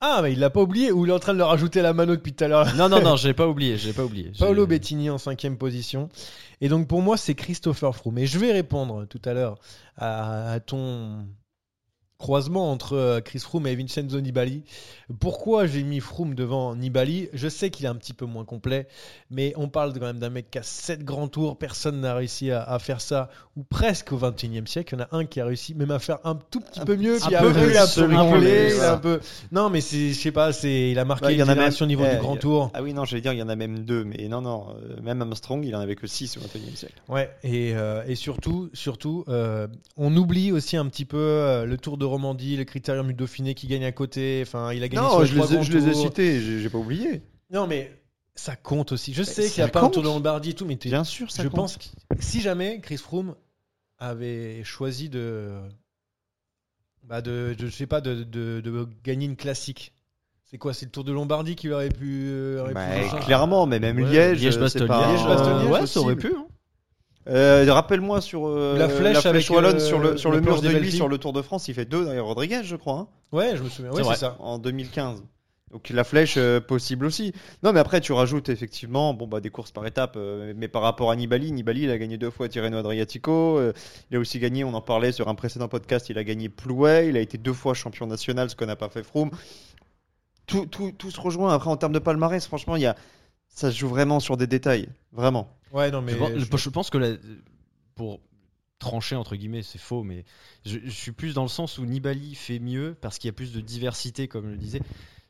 S1: Ah, mais il l'a pas oublié ou il est en train de leur rajouter la mano depuis tout à l'heure là
S3: Non, non, non, j'ai pas oublié, j'ai pas oublié. J'ai-
S1: Paolo Bettini en cinquième position. Et donc pour moi, c'est Christopher Froome. Et je vais répondre tout à l'heure à, à ton croisement entre euh, Chris Froome et Vincenzo Nibali. Pourquoi j'ai mis Froome devant Nibali Je sais qu'il est un petit peu moins complet, mais on parle quand même d'un mec qui a 7 grands tours. Personne n'a réussi à, à faire ça, ou presque au 21e siècle. Il y en a un qui a réussi même à faire un tout petit peu mieux. Puis
S3: peu
S1: après,
S3: plus,
S1: il a un peu
S3: seulement,
S1: rigolé,
S3: mais
S1: il a
S3: voilà.
S1: un peu... Non, mais c'est, je sais pas, c'est, il a marqué
S2: Ouais, il y
S1: une
S2: en a même-
S1: génération au niveau
S2: eh,
S1: du grand
S2: il y a-
S1: tour.
S2: Ah oui, non, j'allais dire, il y en a même deux, mais non, non, euh, même Armstrong, il en avait que 6 au 21 e siècle.
S1: Ouais, et, euh, et surtout, surtout euh, on oublie aussi un petit peu euh, le Tour de Romandie, le Critérium du Dauphiné qui gagne à côté. Enfin, il a gagné sur les trois grands tours.
S2: cités, j'ai j'ai pas oublié.
S1: Non, mais ça compte aussi. Je sais
S2: ça
S1: qu'il n'y a pas un
S2: compte.
S1: Tour de Lombardie et tout, mais t'es-
S2: Bien sûr, ça
S1: je
S2: compte.
S1: pense que si jamais Chris Froome avait choisi de, bah de, de- je sais pas, de, de- de gagner une classique. C'est quoi C'est le Tour de Lombardie qui aurait pu, euh, aurait pu
S2: Bah,
S1: faire ça
S2: clairement, mais même
S3: Ouais,
S2: Liège, euh,
S3: Liège,
S2: c'est
S3: Bastogne,
S2: pas-
S1: Liège, Bastogne,
S2: Ouais,
S1: Liège
S2: ça aurait
S1: aussi.
S2: pu. hein. Euh, Rappelle-moi sur euh,
S1: La flèche avec,
S2: wallonne
S1: euh,
S2: sur le, sur
S1: la
S2: le mur
S1: planche
S2: de
S1: des
S2: lui
S1: Belgiques.
S2: sur le Tour de France, il fait deux derrière Rodriguez, je crois, hein,
S1: Ouais, je me souviens. Ouais,
S3: C'est
S1: c'est
S3: vrai.
S1: ça.
S2: en 2015. Donc la flèche euh, possible aussi. Non, mais après tu rajoutes effectivement, bon bah des courses par étapes, euh, mais par rapport à Nibali, Nibali il a gagné deux fois Tirreno Adriatico, euh, il a aussi gagné, on en parlait sur un précédent podcast, il a gagné Plouay, il a été deux fois champion national, ce qu'on n'a pas fait Froome. Tout, tout, tout se rejoint. Après en termes de palmarès, franchement, il y a, ça se joue vraiment sur des détails, vraiment.
S1: Ouais, non, mais
S3: Je pense,
S1: je-
S3: je pense que la- pour trancher entre guillemets, c'est faux, mais je, je suis plus dans le sens où Nibali fait mieux parce qu'il y a plus de diversité, comme je le disais.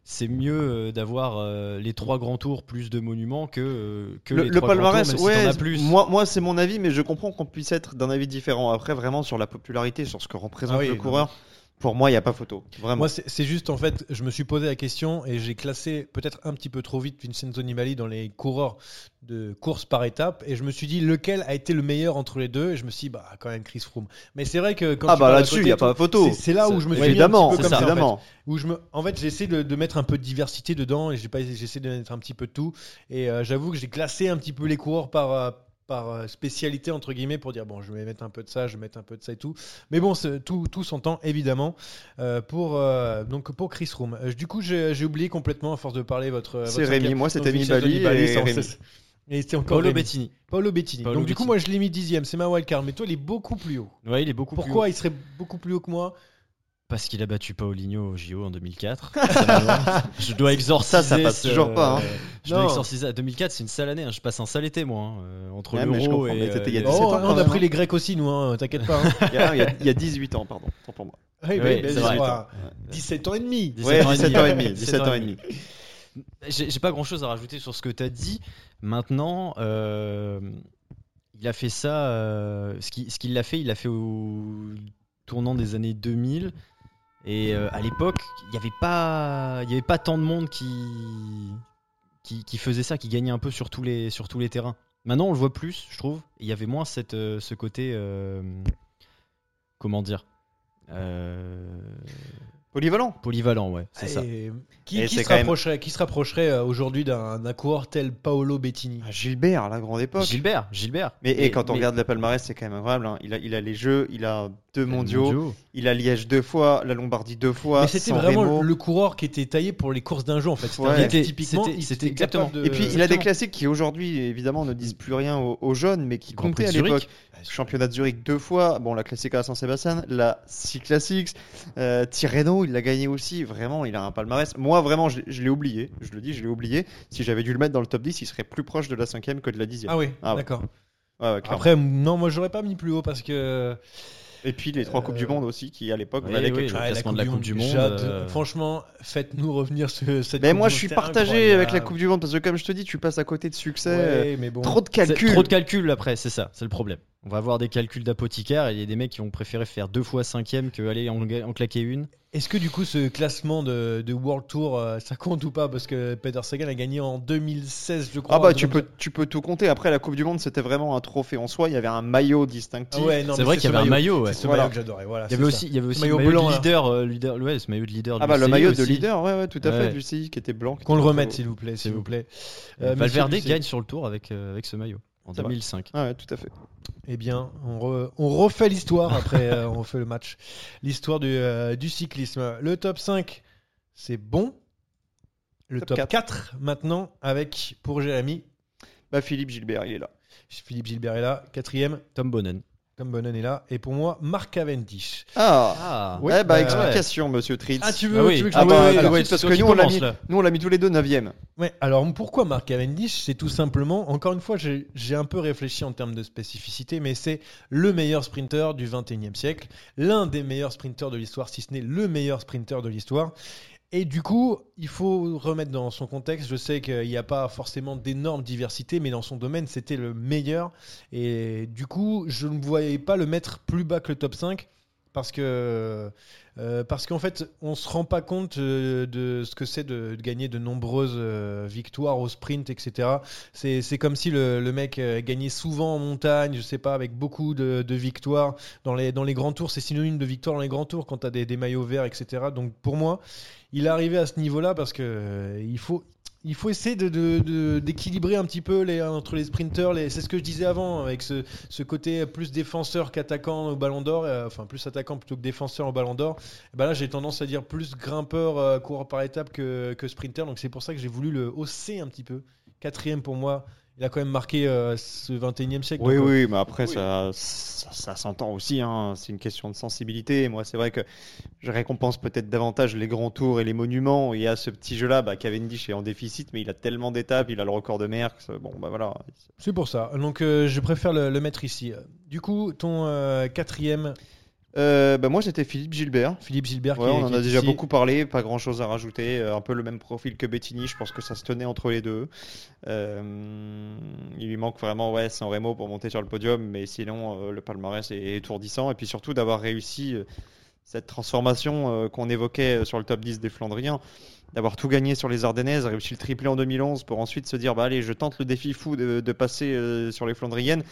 S3: C'est mieux euh, d'avoir euh, les trois grands tours plus de monuments que, euh, que
S2: le,
S3: les
S2: le
S3: trois grands
S2: palmarès,
S3: tours, même si
S2: ouais,
S3: t'en as plus.
S2: moi, moi c'est mon avis, mais je comprends qu'on puisse être d'un avis différent. Après, vraiment, sur la popularité, sur ce que représente
S1: Ah oui,
S2: le
S1: non,
S2: coureur, pour moi, il n'y a pas photo. Vraiment.
S1: Moi, c'est c'est juste en fait, je me suis posé la question et j'ai classé peut-être un petit peu trop vite Vincenzo Nibali dans les coureurs de course par étape et je me suis dit lequel a été le meilleur entre les deux et je me suis dit, bah quand même Chris Froome. Mais c'est vrai que quand
S2: ah,
S1: tu
S2: bah
S1: parles à
S2: là-dessus, il
S1: côté
S2: n'y
S1: et
S2: a pas
S1: tout,
S2: photo.
S1: c'est- C'est là où je me suis mis un
S2: Évidemment,
S1: petit peu
S2: c'est
S1: comme ça, en fait.
S2: évidemment.
S1: où je me, en fait, j'essaie de, de mettre un peu de diversité dedans et j'ai pas, j'essaie de mettre un petit peu de tout. Et euh, j'avoue que j'ai classé un petit peu les coureurs par euh, par euh, spécialité entre guillemets pour dire bon, je vais mettre un peu de ça, je vais mettre un peu de ça et tout. Mais bon, c'est- tout tout s'entend évidemment euh, pour euh, donc pour Chris Room. Euh, du coup, j'ai j'ai oublié complètement à force de parler votre. euh,
S2: C'est
S1: votre
S2: Rémi.
S1: cinquième.
S2: Moi, c'était
S1: Donc, Vincenzo
S2: Nibali et
S1: c'est en-
S2: Rémi.
S1: c'est- Et c'est encore
S3: Paolo
S1: Rémi.
S3: Bettini.
S1: Paolo Bettini.
S3: Paolo
S1: donc du coup,
S3: Bettini.
S1: moi, je l'ai mis dixième. C'est ma wildcard. Mais toi, il est beaucoup plus haut.
S3: Ouais, il est beaucoup plus
S1: Pourquoi
S3: haut.
S1: il serait beaucoup plus haut que moi
S3: Parce qu'il a battu Paulinho au JO en 2004. Euh, je dois exorciser.
S2: Ça, ça passe
S3: ce-
S2: toujours pas, hein.
S3: Je dois
S1: Euh, Non.
S3: exorciser. à 2004, c'est une sale année. hein. Je passe un sale été, moi. hein. Euh, Entre
S2: Ouais, Ah, mais je
S3: l'euro
S2: comprends,
S3: et.
S2: mais c'était il y a
S3: les-
S2: C'est 17
S1: Oh,
S2: ans, quand
S1: on a
S2: même,
S1: pris
S2: hein.
S1: les Grecs aussi, nous. hein, T'inquiète pas. hein.
S2: Il y, a- il y a- il y a 18 ans, pardon. Tant pour moi.
S1: Oui,
S3: Oui,
S1: mais- mais
S3: c'est
S1: c'est
S3: vrai.
S1: pas- 17 ans et demi.
S2: Ouais, 17 ans et demi.
S3: ouais.
S2: 17 ans et demi.
S3: J'ai j'ai pas grand chose à rajouter sur ce que tu as dit. Maintenant, euh, il a fait ça. euh, ce qui- ce qu'il l'a fait, il l'a fait au tournant des années 2000. Et euh, à l'époque, il n'y avait, pas- il y avait pas tant de monde qui, qui, qui faisait ça, qui gagnait un peu sur tous les, sur tous les terrains. Maintenant, on le voit plus, je trouve. Il y avait moins cette, euh, ce côté. euh, comment dire Euh,
S2: Polyvalent.
S3: Polyvalent, ouais, c'est ça.
S1: Et Qui,
S2: Et
S1: qui
S2: c'est
S1: se
S2: quand même-
S1: rapprocherait, qui se rapprocherait euh, aujourd'hui d'un d'un coureur tel Paolo Bettini
S2: Ah, Gilbert, à la grande époque.
S3: Gilbert, Gilbert.
S2: Mais, et quand on regarde la palmarès, c'est quand même incroyable. hein. Il, a, il a les Jeux, il a deux
S3: les
S2: mondiaux, il a Liège deux fois, la Lombardie deux fois.
S1: Mais c'était
S2: San
S1: vraiment
S2: Remo.
S1: le coureur qui était taillé pour les courses d'un jeu en fait. C'était
S2: Ouais.
S1: un mec
S3: C'était-
S1: typiquement,
S3: c'était-
S1: il
S3: c'était
S1: était capable
S3: exactement.
S1: de-
S2: Et puis il a des
S3: Exactement.
S2: classiques qui aujourd'hui évidemment ne disent plus rien aux, aux jeunes, mais qui
S3: Grand
S2: comptaient
S3: Prix
S2: à
S3: de Zurich.
S2: l'époque. Championnat de Zurich deux fois, bon la classique à Saint-Sébastien, la Six Classics, euh, Tirreno il l'a gagné aussi, vraiment il a un palmarès. Moi vraiment je, l'ai- je l'ai oublié, je le dis je l'ai oublié, si j'avais dû le mettre dans le top 10 il serait plus proche de la cinquième que de la dixième.
S1: Ah oui,
S2: Ah ouais.
S1: d'accord.
S2: Ouais, ouais, clairement.
S1: Après, non, moi j'aurais pas mis plus haut parce que
S2: Et puis les trois
S1: Euh,
S2: Coupes du Monde aussi qui à l'époque
S3: oui,
S2: valaient
S3: oui,
S2: quelque chose.
S3: le classement de la Coupe du Monde,
S1: j'adore.
S3: euh,
S1: Franchement, faites-nous revenir ce, cette.
S2: Mais
S1: Coupe
S2: moi
S1: du
S2: je
S1: Monde,
S2: suis
S1: c'est
S2: partagé
S1: incroyable.
S2: avec la Coupe du Monde parce que comme je te dis tu passes à côté de succès, euh,
S1: Ouais, mais bon.
S2: trop de
S3: C'est
S2: calculs.
S3: Trop de calculs après, c'est ça, c'est le problème. On va avoir des calculs d'apothicaire et il y a des mecs qui vont préférer faire deux fois cinquième que aller en, en claquer une.
S1: Est-ce que du coup ce classement de, de World Tour euh, ça compte ou pas Parce que Peter Sagan a gagné en 2016 je crois.
S2: Ah bah
S1: un
S2: tu
S1: truc
S2: peux, tu peux tout compter. Après la Coupe du Monde, c'était vraiment un trophée en soi. Il y avait un maillot
S1: comme ça.
S2: distinctif.
S1: Ah ouais, non,
S3: C'est
S1: mais
S3: vrai qu'il y
S1: ce
S3: avait un maillot. ouais.
S1: C'est ce
S2: Voilà.
S1: maillot que j'adorais. Voilà,
S3: Il y
S1: Ah, c'est
S3: avait aussi, il y avait aussi
S1: maillot
S3: le maillot
S1: blanc, hein.
S3: de
S1: là.
S3: leader, euh, leader- ouais, ce maillot de leader.
S2: Ah
S3: du
S2: bah le
S3: UCI
S2: maillot de
S3: aussi.
S2: leader, ouais, ouais, tout à
S3: Ouais.
S2: fait, du CI qui était blanc. qui
S1: ça. Qu'on le
S2: était
S1: remette
S2: beau.
S1: s'il vous plaît, s'il
S3: S'il
S1: vous
S3: vous
S1: plaît. Euh,
S3: Valverde
S1: Michel,
S3: gagne sur le tour avec, euh, avec ce maillot en
S2: C'est vrai.
S3: 2005.
S2: Ah ouais, tout à fait.
S1: Eh bien, on, re- on refait l'histoire après, euh, on refait le match. L'histoire du, euh, du cyclisme. Le top 5, c'est bon. Le top,
S2: Top
S1: 4. maintenant, avec pour Jérémy,
S2: Bah Philippe Gilbert, il est là.
S1: Philippe Gilbert est là. Quatrième,
S3: Tom Bonnen.
S1: Tom Bonnen est là. Et pour moi, Marc Cavendish.
S2: Ah,
S3: Ah,
S1: oui,
S2: Eh bah
S1: bah,
S2: explication, monsieur Tritz.
S3: Ah oui.
S1: je
S2: Ah
S1: me-
S2: bah,
S1: Ouais, ouais,
S2: alors,
S1: ouais,
S2: parce
S3: toi
S2: que
S3: qui
S2: nous on, l'a
S3: commences,
S2: mis,
S3: là.
S2: nous on l'a mis tous les deux 9ème.
S1: Ouais, alors pourquoi Mark Cavendish C'est tout simplement, encore une fois, j'ai j'ai un peu réfléchi en termes de spécificité, mais c'est le meilleur sprinter du 21e siècle, l'un des meilleurs sprinteurs de l'histoire, si ce n'est le meilleur sprinter de l'histoire. Et du coup, il faut remettre dans son contexte. Je sais qu'il n'y a pas forcément d'énorme diversité, mais dans son domaine, c'était le meilleur. Et du coup, je ne voyais pas le mettre plus bas que le top 5 parce que euh, parce qu'en fait, on se rend pas compte euh, de ce que c'est de, de gagner de nombreuses euh, victoires au sprint, etc. C'est c'est comme si le, le mec euh, gagnait souvent en montagne, je sais pas, avec beaucoup de, de victoires dans les dans les grands tours. C'est synonyme de victoire dans les grands tours quand t'as des, des maillots verts, etc. Donc pour moi, il est arrivé à ce niveau-là parce que euh, il faut il faut essayer de- de- de- d'équilibrer un petit peu les, entre les sprinters. les- C'est ce que je disais avant, avec ce, ce côté plus défenseur qu'attaquant au Ballon d'Or, euh, enfin plus attaquant plutôt que défenseur au Ballon d'Or. Eh ben là, j'ai tendance à dire plus grimpeur, euh, coureur par étape que, que sprinter. Donc c'est pour ça que j'ai voulu le hausser un petit peu. Quatrième pour moi. Il a quand même marqué euh, ce 21e siècle.
S2: Oui,
S1: donc, euh,
S2: oui, mais après, ça, ça, ça s'entend aussi. hein. C'est une question de sensibilité. Et Moi, c'est vrai que je récompense peut-être davantage les grands tours et les monuments. Et à ce petit jeu-là, bah, Cavendish est en déficit, mais il a tellement d'étapes. Il a le record de Merckx. Bon, bah voilà.
S1: C'est pour ça. Donc euh, je préfère le, le mettre ici. Du coup, ton euh, quatrième,
S2: Euh, bah, moi, j'étais Philippe Gilbert.
S1: Philippe Gilbert.
S2: Ouais,
S1: qui est-
S2: on
S1: qui
S2: en
S1: est
S2: a déjà
S1: ici.
S2: beaucoup parlé, pas grand chose à rajouter. euh, Un peu le même profil que Bettini, je pense que ça se tenait entre les deux. Euh, il lui manque vraiment ouais, San Remo pour monter sur le podium, mais sinon euh, le palmarès est étourdissant. Et puis surtout d'avoir réussi euh, cette transformation euh, qu'on évoquait euh, sur le top 10 des Flandriens, d'avoir tout gagné sur les Ardennaises, réussi le triplé en 2011 pour ensuite se dire bah allez, je tente le défi fou de, de passer euh, sur les Flandriennes.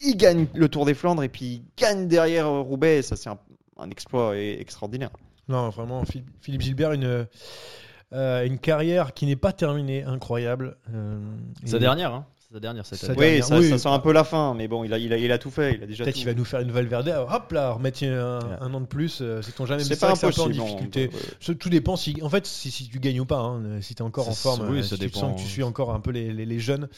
S2: Il gagne le Tour des Flandres et puis il gagne derrière euh, Roubaix. Ça, c'est un- un exploit euh, extraordinaire.
S1: Non, vraiment, Phil- Philippe Gilbert, une, euh, une carrière qui n'est pas terminée, incroyable. Euh,
S3: sa
S1: et
S3: dernière, hein. Sa dernière cette
S1: Sa
S3: année.
S2: Oui,
S1: dernière.
S2: ça,
S1: Oui.
S2: ça sent un peu la fin, mais bon, il a, il a, il a tout fait, il a déjà
S1: Peut-être
S2: tout.
S1: qu'il va nous faire une Valverde, hop là, remettre un,
S3: Ouais.
S1: un an de plus, euh, sait-on jamais. mais
S2: C'est pas
S1: vrai que c'est un peu
S2: impossible. hein, euh,
S1: en
S2: on-
S1: difficulté.
S2: on peut-
S1: Ce- tout dépend si, en fait, si, si tu gagnes ou pas, hein, si tu es encore
S3: Ça-
S1: en forme,
S3: oui,
S1: euh,
S3: ça
S1: si tu te
S3: dépend.
S1: sens que tu suis encore un peu les, les- les jeunes,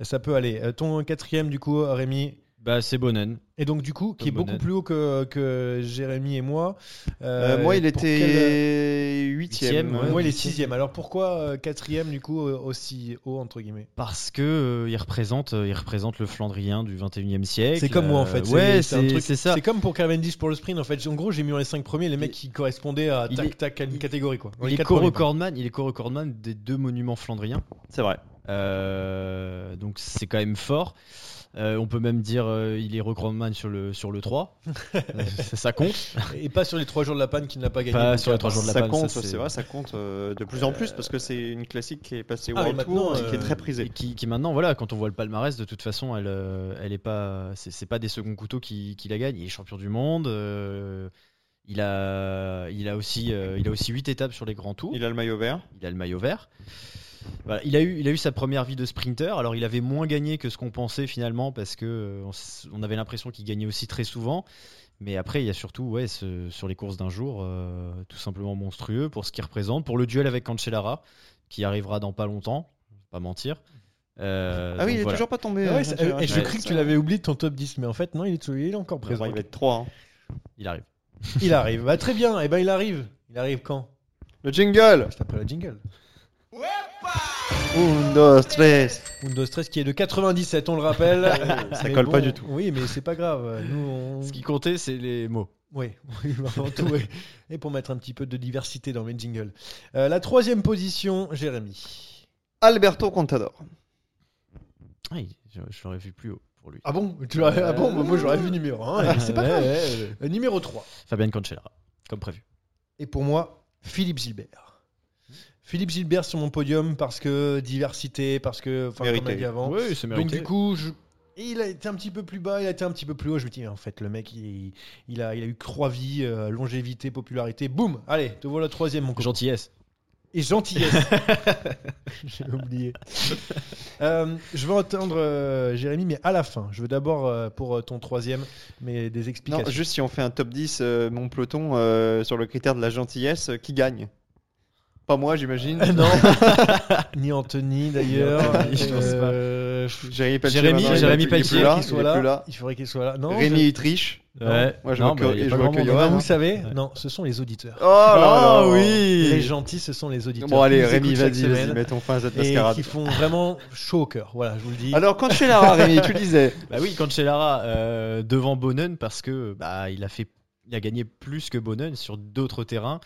S1: ça peut aller. Euh, Ton quatrième, du coup, Rémi,
S3: Bah, c'est Bonnen.
S1: et donc du coup, qui est
S3: Bonne
S1: beaucoup
S3: année.
S1: plus haut que, que Jérémy et moi.
S2: Euh, moi, il
S1: pour quel-
S2: était huitième. euh,
S3: Huitième, ouais.
S1: Moi, il est sixième. Alors pourquoi euh, quatrième, du coup, euh, aussi haut, entre guillemets
S3: Parce que euh, il représente, euh, il représente le Flandrien du 21e siècle.
S1: C'est comme moi en
S3: Euh,
S1: fait.
S3: Ouais,
S1: un
S3: c'est
S1: truc-
S3: c'est ça.
S1: C'est comme pour Cavendish pour le sprint en fait. En gros, j'ai mis dans les 5 premiers les mecs qui correspondaient à
S3: il
S1: tac
S3: est-
S1: tac à une
S3: il-
S1: catégorie quoi. Dans les
S3: Il est
S1: quatre premiers,
S3: co-recordman, il est co-recordman des deux monuments flandriens.
S2: C'est vrai.
S3: Euh, donc c'est quand même fort. Euh, on peut même dire euh, il est recordman sur le sur le 3. Euh, ça, ça compte.
S1: quoi. Et pas sur les 3 jours de la panne qu'il n'a pas gagné.
S3: Pas
S1: donc,
S3: sur les
S1: euh,
S3: trois jours de la
S2: ça
S3: panne, ça,
S2: compte,
S3: c'est-
S2: c'est vrai, ça compte euh, de plus en plus parce que c'est une classique qui est passée au
S1: Ah, mais
S2: World Tour
S1: maintenant,
S2: et qui est
S1: euh,
S2: très
S3: Et
S2: prisée.
S3: qui, qui maintenant voilà, quand on voit le palmarès, de toute façon, elle, euh, elle est pas, c'est c'est pas des seconds couteaux qui, qui la gagnent. Il est champion du monde. euh, il a, il a aussi, euh, il a aussi 8 étapes sur les grands tours.
S2: Il a le maillot vert.
S1: Euh,
S3: il a le maillot vert. Voilà, il, a eu, il a eu sa première vie de sprinter. Alors, il avait moins gagné que ce qu'on pensait finalement parce que euh, on, s- on avait l'impression qu'il gagnait aussi très souvent. Mais après, il y a surtout, ouais, ce- sur les courses d'un jour, euh, tout simplement monstrueux pour ce qu'il représente, pour le duel avec Cancellara, qui arrivera dans pas longtemps, faut pas mentir. Euh,
S2: ah oui,
S3: donc
S2: il est
S3: voilà.
S2: toujours pas tombé.
S1: Ah ouais,
S2: euh,
S1: c'est-
S2: Jean-Pierre
S1: et je
S2: Racine.
S1: crois que tu
S2: Ouais,
S1: l'avais oublié de ton top 10, mais en fait, non, il est, il est encore
S2: c'est vrai.
S1: présent.
S2: Il va être hein. 3.
S3: Il arrive.
S1: Il arrive. Bah, très bien. Et ben, il arrive. Il arrive quand
S2: Le jingle
S1: Juste après la jingle.
S2: Un, deux, tres.
S1: Windows 13 qui est de 97, on le rappelle.
S2: Ça
S1: Mais
S2: colle
S1: bon,
S2: pas du tout.
S1: Oui, mais c'est pas grave. Nous, on...
S3: Ce qui comptait, c'est les mots.
S1: Oui, oui, avant tout, oui. et pour mettre un petit peu de diversité dans mes jingles. Euh, la troisième position, Jérémy.
S2: Alberto Contador.
S3: Ah, il- je, je l'aurais vu plus haut. pour lui.
S1: Ah bon tu l'aurais- Ah bon bah, Moi j'aurais vu numéro 1. C'est pas mal. Euh, Numéro 3.
S3: Fabien Cancellara, comme prévu.
S1: Et pour moi, Philippe Gilbert. Philippe Gilbert sur mon podium parce que diversité, parce que. Enfin, comme
S2: Mérité.
S1: on a dit avant.
S3: Oui, c'est
S1: Donc du coup, je- il a été un petit peu plus bas, il a été un petit peu plus haut. Je me dis, en fait, le mec, il, il a, il a eu trois vies, euh, longévité, popularité. Boum Allez, te voilà troisième, mon copain.
S3: gentillesse.
S1: Et gentillesse. J'ai oublié. Euh, je veux entendre euh, Jérémy, mais à la fin. Je veux d'abord, euh, pour euh, ton troisième, mais des
S2: Non,
S1: explications.
S2: juste si on fait un top 10, euh, mon peloton, euh, sur le critère de la gentillesse, euh, qui gagne Pas moi, j'imagine.
S1: non. Ni Anthony, d'ailleurs.
S3: Ni Anthony, je pense pas.
S1: Euh, je-
S2: Jérémy Pelletier,
S3: Jérémy-
S2: maintenant, il est
S3: Jérémy
S2: plus- il est
S1: il faudrait
S2: plus là,
S1: qu'il soit
S2: il est
S1: là.
S2: plus là.
S1: Il faudrait qu'il soit là. Non,
S2: Rémi,
S1: je-
S2: il triche.
S3: Ouais.
S2: Moi, je vois
S3: Non, bah,
S2: que-
S3: y a
S2: je
S3: pas
S2: vois
S3: grand
S2: que
S3: monde.
S2: Johan,
S1: Vous
S2: hein.
S1: savez Non, ce sont les auditeurs.
S2: Oh là
S3: Ah
S2: là.
S1: Les
S3: oui
S1: gentils, ce sont les auditeurs.
S2: Bon, allez,
S1: qui nous
S2: Rémi,
S1: écoutent chaque
S2: vas-y,
S1: semaine
S2: vas-y, mettons fin à cette
S1: Et
S2: mascarade.
S1: qui font vraiment chaud au cœur. Voilà, je vous le dis.
S2: Alors, quand chez Lara, Rémi, tu disais.
S3: Bah oui, Cancellara euh, devant Bonnen parce que bah il a fait il a gagné plus que Bonnen sur d'autres terrains.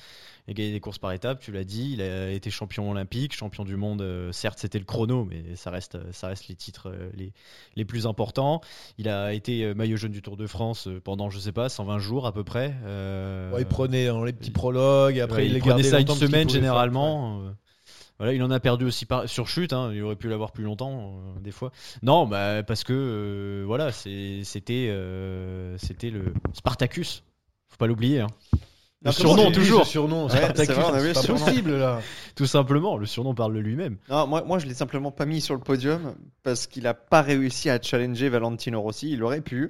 S3: Il a gagné des courses par étapes, tu l'as dit. Il a été champion olympique, champion du monde. euh, certes, c'était le chrono, mais ça reste, ça reste les titres euh, les, les plus importants. Il a été euh, maillot jaune du Tour de France euh, pendant, je sais pas, 120 jours à peu près. euh,
S1: Ouais, il prenait hein, les petits prologues, et après
S3: Ouais,
S1: il,
S3: il
S1: les
S3: prenait
S1: gardait
S3: ça une
S1: longtemps parce qu'il
S3: semaine
S1: pouvait
S3: généralement. euh, Voilà, il en a perdu aussi par, sur chute. hein, il aurait pu l'avoir plus longtemps euh, des fois. Non, bah, parce que euh, voilà, c'est- c'était euh, c'était le Spartacus. Faut pas l'oublier. hein. Le
S2: Non, comment
S3: surnom
S2: tu dis,
S3: toujours,
S1: Le surnom,
S2: Ouais, Ah,
S1: Spartacus,
S2: c'est vrai, on a vu
S1: c'est
S2: le
S1: pas
S2: surnom.
S1: possible là.
S3: tout simplement. Le surnom parle de lui-même.
S2: Non, moi, moi je l'ai simplement pas mis sur le podium parce qu'il a pas réussi à challenger Valentino Rossi. Il aurait pu.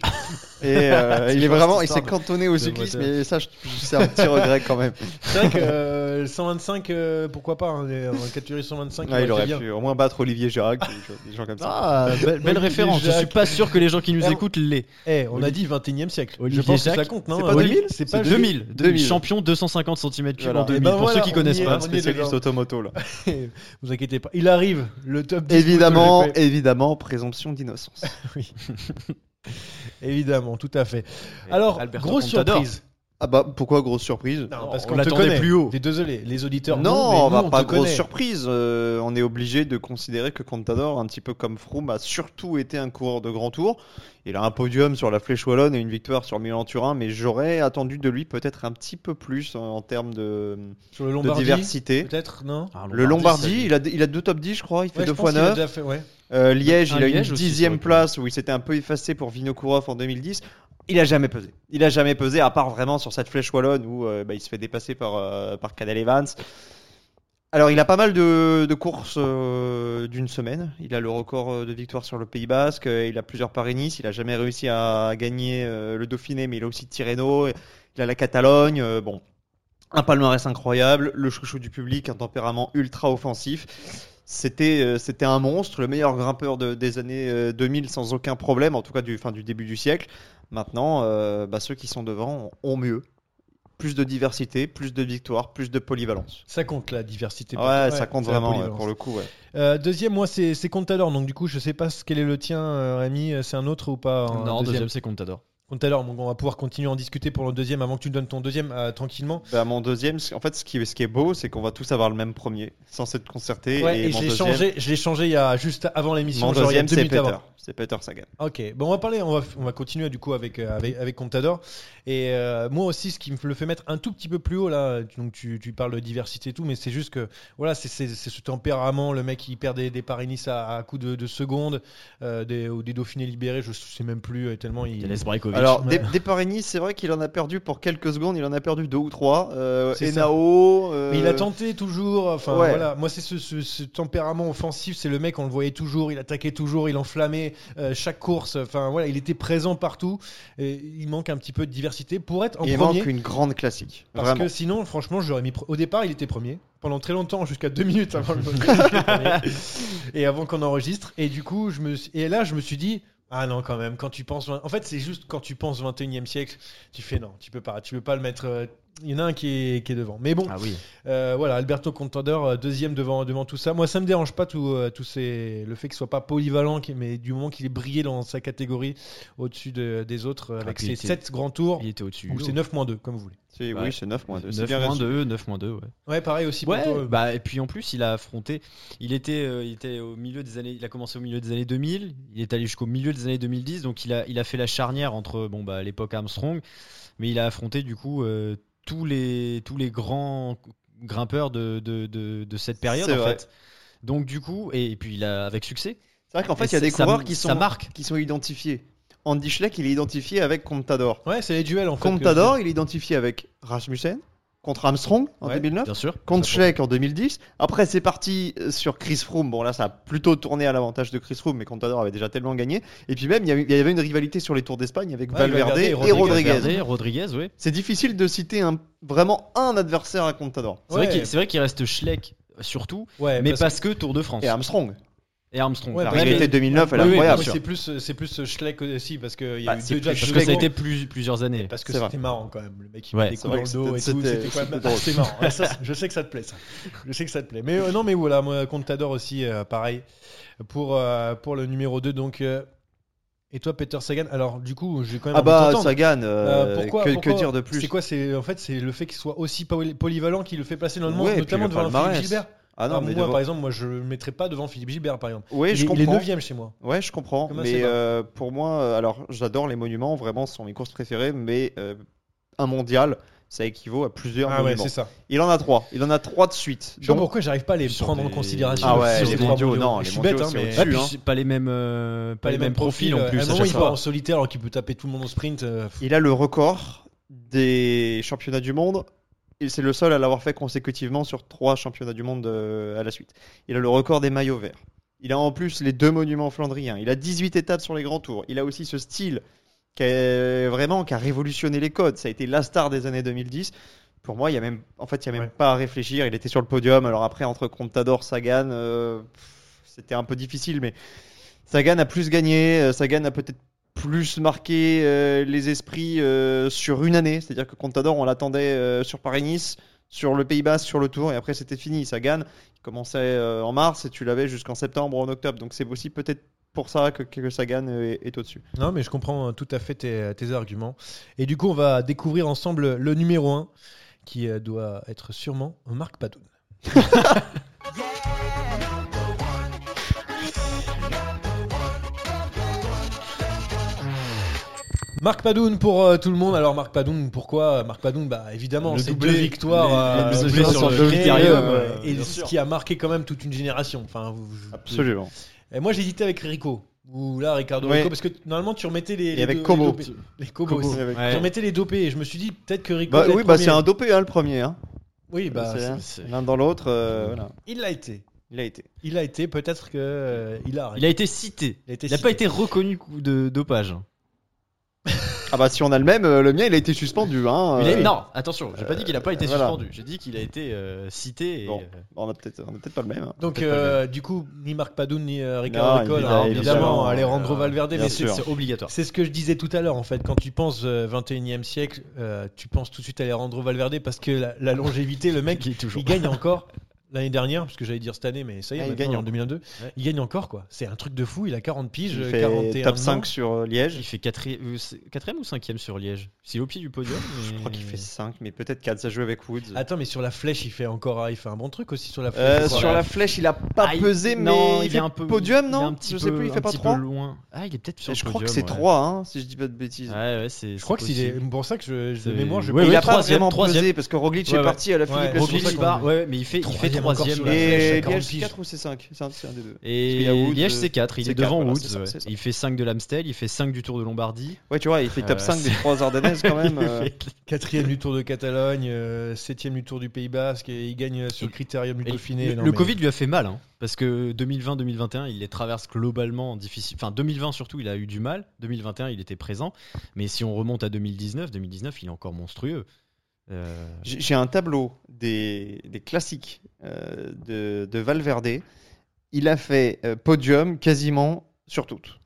S2: Et euh, il est
S1: Toujours
S2: vraiment,
S1: cette
S2: il s'est
S1: histoire
S2: cantonné au
S3: de
S2: cyclisme.
S3: moteur.
S2: Et ça, je- c'est un petit regret quand même.
S1: C'est vrai que euh, le 125, euh, pourquoi pas, hein, les- en catégorie 125,
S2: Ouais, Ah, il aurait
S1: bien.
S2: pu au moins battre Olivier Girac, des gens- des gens comme ça.
S3: Ah, belle,
S1: Olivier
S3: référence. Je suis
S1: Jacques.
S3: pas sûr que les gens qui nous
S1: Alors-
S3: écoutent l'aient.
S1: Eh, on a
S3: Olivier-
S1: dit 21 e siècle.
S3: Olivier
S1: Je pense
S3: Jacques,
S1: que ça compte, non
S2: c'est pas
S1: euh,
S2: 2000?
S1: C'est pas
S3: C'est
S1: 2000.
S3: 2000, 2000. Champion 250 cm3
S2: Voilà.
S3: en
S2: Eh ben
S3: 2000. Pour
S1: voilà,
S3: ceux qui
S1: on y
S3: connaissent
S1: est,
S3: pas.
S1: on y est.
S2: Spécialiste
S1: dedans.
S2: automoto là.
S1: Vous inquiétez pas. Il arrive, le top 10.
S2: Évidemment,
S1: MotoGP.
S2: évidemment, présomption d'innocence.
S1: Évidemment, tout à fait. Alors,
S3: Alberto
S1: grosse
S3: Contador.
S1: surprise.
S2: Ah bah pourquoi grosse surprise
S1: Non,
S3: Non,
S1: parce
S3: on
S1: qu'on te
S3: l'attendait
S1: connaît.
S3: plus haut.
S1: T'es désolé, les auditeurs.
S2: Non,
S1: mais
S2: on va
S1: nous,
S2: pas
S1: te
S2: grosse
S1: connaît.
S2: surprise. euh, on est obligé de considérer que Contador, un petit peu comme Froome, a surtout été un coureur de grand tour. Il a un podium sur la Flèche wallonne et une victoire sur Milan-Turin, mais j'aurais attendu de lui peut-être un petit peu plus en, en termes de,
S1: Sur le
S2: de
S1: Lombardie.
S2: diversité.
S1: Peut-être, non
S3: Ah,
S2: Le
S3: ça,
S2: Lombardie,
S3: lui.
S2: il a, il a deux top 10, je crois. Il fait
S1: Ouais, je
S2: deux
S1: pense
S2: fois
S1: qu'il a
S2: neuf.
S1: déjà fait, ouais.
S2: Euh, Liège,
S3: Un
S2: il a
S3: Liège
S2: une
S3: aussi,
S2: dixième
S3: c'est vrai que-
S2: place où il s'était un peu effacé pour Vinokourov en 2010. Il a jamais pesé. Il a jamais pesé, à part vraiment sur cette flèche wallonne où euh, bah, il se fait dépasser par, euh, par Cadel Evans. Alors, il a pas mal de, de courses euh, d'une semaine. Il a le record euh, de victoire sur le Pays Basque. euh, Il a plusieurs Paris-Nice. Il a jamais réussi à gagner euh, le Dauphiné, mais il a aussi Tirreno. Il a la Catalogne. euh, bon, un palmarès incroyable, le chouchou du public, un tempérament ultra offensif. C'était euh, c'était un monstre, le meilleur grimpeur de- des années euh, 2000 sans aucun problème, en tout cas du, fin, du début du siècle. Maintenant, euh, bah, ceux qui sont devant ont mieux. Plus de diversité, plus de victoires, plus de polyvalence.
S1: Ça compte la diversité.
S2: Ouais,
S1: pour toi.
S2: ça compte
S1: c'est la
S2: vraiment ouais,
S1: polyvalence.
S2: pour le coup. ouais.
S1: Euh, deuxième, moi, c'est c'est Contador. Donc, du coup, je sais pas ce- quel est le tien, euh, Rémi. euh, C'est un autre ou pas hein,
S3: Non, deuxième, c'est Contador.
S1: Contador. Bon, on va pouvoir continuer à en discuter pour le deuxième avant que tu me donnes ton deuxième euh, tranquillement.
S2: Bah, mon deuxième, c- en fait, ce qui, est- ce qui est beau, c'est qu'on va tous avoir le même premier, sans s'être concerté.
S1: ouais,
S2: et
S1: et
S2: mon
S1: je l'ai
S2: deuxième-
S1: changé, je l'ai changé il y a, juste avant l'émission.
S2: Mon
S1: genre il y a
S2: deuxième,
S1: deux
S2: c'est
S1: minutes
S2: Peter.
S1: avant.
S2: C'est Peter Sagan.
S1: Ok, bon, on va parler, on va, on va continuer du coup avec, euh, avec, avec Contador. Et euh, moi aussi, ce qui me le fait mettre un tout petit peu plus haut, là, tu- donc tu, tu parles de diversité et tout, mais c'est juste que, voilà, c'est c'est- c'est ce tempérament, le mec il perd des, des Paris-Nice à, à coup de, de secondes, euh, des, ou des Dauphinés libérés, je sais même plus, euh, tellement il.
S3: Il laisse Brajkovic.
S2: Alors,
S1: Ouais.
S2: des, des Paris-Nice, c'est vrai qu'il en a perdu pour quelques secondes, il en a perdu deux ou trois. Euh,
S1: C'est ça.
S2: Enao. euh,
S1: Mais il a tenté toujours. Enfin,
S2: ouais.
S1: voilà. Moi, c'est ce, ce- ce tempérament offensif. C'est le mec, on le voyait toujours. Il attaquait toujours. Il enflammait euh, chaque course. Enfin, voilà. Il était présent partout. Et il manque un petit peu de diversité pour être en
S2: il
S1: premier.
S2: manque une grande classique.
S1: Parce
S2: Vraiment.
S1: que sinon, franchement, j'aurais mis. pre- Au départ, il était premier. Pendant très longtemps, jusqu'à deux minutes avant le podcast, il était premier. Et avant qu'on enregistre. Et du coup, je me suis- Et là, je me suis dit. Ah non, quand même, quand tu penses. En fait, c'est juste quand tu penses 21e siècle, tu fais non, tu peux pas, tu peux pas le mettre. euh, Il y en a un qui est, qui est devant. Mais bon,
S3: Ah oui.
S1: euh, voilà, Alberto Contador, euh, deuxième devant, devant tout ça. Moi, ça me dérange pas tout, euh, tout ces... le fait qu'il soit pas polyvalent, qu'il- mais du moment qu'il est brillé dans sa catégorie au-dessus de- des autres euh,
S3: Ah,
S1: avec
S3: puis il
S1: ses
S3: était-
S1: 7 grands tours
S3: Il était au-dessus.
S1: ou ses 9 2, comme vous voulez.
S2: C'est-
S3: Ouais.
S2: Oui, c'est 9 moins 2. C'est
S3: 9
S2: bien
S3: moins
S2: raison.
S3: 2, 9 moins 2, ouais.
S1: Ouais, pareil aussi.
S3: Ouais,
S1: pour toi. euh.
S3: bah, et puis en plus, il a affronté. Il était, euh, il était au milieu des années. Il a commencé au milieu des années 2000. Il est allé jusqu'au milieu des années 2010. Donc il a, il a fait la charnière entre, bon bah, à l'époque Armstrong, mais il a affronté du coup euh, tous les, tous les grands grimpeurs de, de, de, de cette période
S2: C'est
S3: en
S2: vrai.
S3: fait. Donc du coup, et, et puis il a avec succès.
S2: C'est vrai qu'en fait,
S3: Et
S2: il y a
S3: ça-
S2: des
S3: ça-
S2: coureurs qui sont,
S3: Ça marque.
S2: qui sont identifiés. Andy Schleck, il est identifié avec Contador.
S1: Ouais, c'est les duels en fait. euh,
S2: Contador, il est identifié avec Rasmussen, contre Armstrong en
S1: Ouais.
S2: 2009,
S3: Bien sûr.
S2: contre
S3: Ça
S2: Schleck en 2010. Après, c'est parti euh, sur Chris Froome. Bon, là, ça a plutôt tourné à l'avantage de Chris Froome, mais Contador avait déjà tellement gagné. Et puis même, il y avait- il y avait une rivalité sur les Tours d'Espagne avec
S1: Ouais,
S2: Valverde
S1: Valverde et
S2: et
S1: Rodriguez.
S2: Rodriguez.
S3: Valverde, Rodriguez, ouais.
S2: C'est difficile de citer un- vraiment un adversaire à Contador.
S3: C'est vrai qu'il- c'est vrai qu'il reste Schleck surtout,
S1: Ouais,
S3: mais
S1: parce
S3: parce que Tour de France
S2: Et Armstrong.
S3: et Armstrong.
S1: Ouais,
S2: La
S1: parce
S3: Pareil,
S1: que-
S2: rivalité 2009, elle est
S3: Oui, oui,
S1: que-
S2: incroyable.
S1: mais c'est plus, c'est plus Schleck aussi parce qu'il y a
S2: Bah,
S1: eu
S2: c'est
S1: deux
S2: plus
S1: judges
S3: parce
S1: de
S3: que ça a
S1: Schleck.
S3: été plus- plusieurs années.
S1: Parce que
S2: C'est vrai.
S1: c'était marrant quand même, le mec il
S3: Ouais.
S1: met des
S2: C'est
S1: coups
S2: vrai
S1: dans le
S2: que
S1: dos et
S2: c'était-
S1: tout,
S2: c'était-
S1: c'était quand même
S2: c'était drôle.
S1: assez marrant. Ouais, ça, je sais que ça te plaît ça. Je sais que ça te plaît. Mais euh, non mais voilà, moi Contador aussi euh, pareil pour euh, pour le numéro 2 donc euh, et toi Peter Sagan, alors du coup, j'ai quand même
S2: Ah
S1: envie de
S2: bah,
S1: t'entendre.
S2: Sagan,
S1: Euh,
S2: euh,
S1: pourquoi,
S2: que, que
S1: pourquoi-
S2: dire de plus
S1: C'est quoi C'est en fait c'est le fait qu'il soit aussi poly- polyvalent qui le fait placer dans le monde,
S2: Ouais, et puis
S1: notamment
S2: le
S1: devant Philippe
S2: palmarès.
S1: Gilbert.
S2: Ah non,
S1: Ah,
S2: mais
S1: moi
S2: devant-
S1: par exemple, moi je le mettrais pas devant Philippe Gilbert par exemple.
S2: Oui,
S1: il,
S2: je
S1: est- il est
S2: comprends.
S1: 9 chez moi.
S2: Ouais, je comprends.
S1: Comment c'est
S2: mais
S1: pas
S2: euh, pour moi, euh, alors j'adore les monuments, vraiment, ce sont mes courses préférées, mais euh, un mondial, ça équivaut à plusieurs
S1: Ah ouais,
S2: monuments.
S1: c'est ça.
S2: il en a trois. Il en a trois de suite.
S1: Je sais pas
S2: Donc,
S1: pourquoi j'arrive pas à les
S3: Sur
S1: prendre en
S3: des-
S1: considération.
S2: ah ouais,
S1: sur
S2: les
S1: ces trois
S2: mondiaux,
S1: mondiaux.
S2: non,
S1: Je
S2: les
S1: suis bête,
S2: mondiaux,
S1: hein,
S2: c'est
S1: mais
S2: au-dessus.
S3: Ouais,
S2: dessus,
S3: puis
S2: hein.
S3: c'est pas les mêmes, euh, pas les mêmes profils, en plus.
S1: À un
S3: à
S1: moment,
S3: chaque
S1: il part
S3: fois.
S1: en solitaire alors qu'il peut taper tout le monde au sprint. euh, pff.
S2: il a le record des championnats du monde. Et c'est le seul à l'avoir fait consécutivement sur trois championnats du monde euh, à la suite. Il a le record des maillots verts. Il a en plus les deux monuments flandriens. Il a 18 étapes sur les grands tours. Il a aussi ce style qui a, vraiment qui a révolutionné les codes. Ça a été la star des années 2010. Pour moi, il y a même, en fait, il y a même
S1: Ouais.
S2: pas à réfléchir. Il était sur le podium. Alors après, entre Contador, Sagan, euh, pff, c'était un peu difficile, mais Sagan a plus gagné. euh, Sagan a peut-être plus marqué euh, les esprits euh, sur une année. C'est-à-dire que Contador, on l'attendait euh, sur Paris-Nice, sur le Pays Basque, sur le Tour, et après c'était fini. Sagan il commençait euh, en mars et tu l'avais jusqu'en septembre ou en octobre. Donc c'est aussi peut-être pour ça que, que Sagan est, est au-dessus.
S1: Non, mais je comprends euh, tout à fait tes, tes arguments. Et du coup, on va découvrir ensemble le numéro 1 qui euh, doit être sûrement Marc Padoun. Marc Padoun pour euh, tout le monde. Alors Marc Padoun, pourquoi Marc Padoun Bah évidemment,
S3: Le
S1: c'est
S3: doublé,
S1: deux victoires
S3: les-
S1: euh,
S3: les
S2: doublés
S1: sur
S2: sur
S1: le
S2: le
S1: critérium
S2: critérium,
S1: euh,
S2: euh,
S1: et
S2: bien
S1: ce
S2: sûr.
S1: qui a marqué quand même toute une génération. Enfin, vous- vous-
S2: Absolument.
S1: et moi j'hésitais avec Rico ou là Ricardo
S2: Ouais.
S1: Rico parce que normalement tu remettais les, les
S2: Et avec
S1: deux- les
S2: Kobo.
S1: dopés. les Kobo, aussi.
S2: Avec-
S1: Tu
S3: Ouais.
S1: remettais les dopés et je me suis dit peut-être que Rico
S2: Bah
S1: allait
S2: oui,
S1: être
S2: bah, c'est
S1: premier.
S2: un dopé hein, le premier. hein.
S1: Oui, bah
S2: C'est-
S1: c'est-
S3: c'est-
S2: L'un dans l'autre, euh, voilà.
S1: il l'a été.
S2: il a été.
S1: Il a été peut-être que euh, il a
S3: Il a été cité.
S1: il a été
S3: Il n'a
S1: cité.
S3: pas été reconnu coup de dopage.
S2: Ah bah si on a le même, euh, le mien il a été suspendu. Hein,
S3: Il a-
S2: euh,
S3: non, attention, j'ai pas dit qu'il n'a pas été
S2: voilà.
S3: suspendu. J'ai dit qu'il a été euh, cité. Et,
S2: Bon.
S3: euh,
S2: On a peut-être peut pas le même. hein.
S1: Donc
S3: Peut-être pas
S1: euh, du coup ni Marc Padoun ni euh, Ricardo
S2: Non,
S1: Rico,
S2: il a-
S1: alors,
S2: il a-
S1: évidemment
S2: évidemment,
S1: Alejandro
S3: euh,
S1: Valverde
S2: bien
S1: mais c'est
S3: c'est
S2: sûr.
S3: c'est obligatoire.
S1: c'est ce que je disais tout à l'heure en fait quand tu penses euh, 21e siècle euh, tu penses tout de suite à Alejandro Valverde parce que la, la longévité le mec
S3: Qui est toujours.
S1: Il gagne encore l'année dernière, parce que j'allais dire cette année, mais ça y est,
S2: Ah, il
S1: maintenant,
S2: gagne
S1: en 2002.
S3: Ouais.
S1: Il gagne encore, quoi. C'est un truc de fou. Il a 40 piges, euh,
S2: Il
S1: 41
S2: fait top
S1: ans.
S2: 5 sur euh, Liège.
S3: Il fait 4 quatrième ou 5 sur Liège C'est au pied du podium.
S2: Je crois
S3: mais-
S2: qu'il fait 5, mais peut-être 4. Ça joue avec Woods.
S1: Attends, mais sur la flèche, il fait encore il fait un bon truc aussi sur la flèche.
S2: Euh,
S1: je crois.
S2: sur la flèche, il a pas
S3: Ah, il-
S2: pesé, mais
S3: non,
S2: il,
S3: est
S2: fait
S3: un peu-
S2: podium,
S3: il est
S2: non
S3: un petit
S2: Je sais
S3: peu-
S2: plus, il
S3: un
S2: fait pas
S3: petit peu
S2: 3
S3: loin. Ah, il est peut-être sur le
S2: Je crois que
S3: podium,
S2: c'est
S3: ouais. Ah,
S2: 3, hein, si je dis pas de bêtises.
S3: Ouais, ouais, c'est.
S1: Je crois que c'est
S3: possible.
S1: pour ça que je, je-
S3: C'est-
S1: de mémoire, je
S3: Ouais,
S2: il
S3: ouais,
S2: a pas
S3: troisième,
S2: vraiment
S3: troisième.
S2: pesé parce que Roglic
S1: Ouais,
S2: est parti à la Philippe
S1: ouais.
S2: Lachaud.
S1: Roglic,
S3: Roglic,
S1: qu'on
S3: part-
S1: dit.
S3: ouais, mais il fait, il fait
S1: Troisième encore
S3: troisième.
S1: sur la flèche,
S2: Et
S1: à 40
S2: Liège, c'est
S1: piges.
S2: 4 ou c'est 5 C'est un, c'est un des deux. Parce qu'il y
S3: Et
S2: a Woods,
S3: Liège,
S2: euh,
S3: c'est 4. Il
S2: c'est
S3: est devant
S2: quatre, voilà,
S3: Woods.
S2: c'est ça,
S3: ouais.
S2: c'est ça.
S3: Il fait 5 de l'Amstel, il fait 5 du Tour de Lombardie.
S2: Ouais, tu vois, il fait top
S3: Euh,
S2: 5 des
S3: c'est-
S2: 3 Ardennaises quand même. euh.
S1: Quatrième du Tour de Catalogne, euh, septième du Tour du Pays Basque, et il gagne euh, sur le critérium du
S3: Et
S1: Dauphiné.
S3: le
S1: Non,
S3: le
S1: mais-
S3: Covid lui a fait mal, hein, parce que 2020-2021, il les traverse globalement difficile. Enfin, 2020 surtout, il a eu du mal. 2021, il était présent. Mais si on remonte à 2019, 2019, il est encore monstrueux. Euh,
S2: J'ai j'ai un tableau des, des classiques euh, de, de Valverde. Il a fait euh, podium quasiment sur toutes.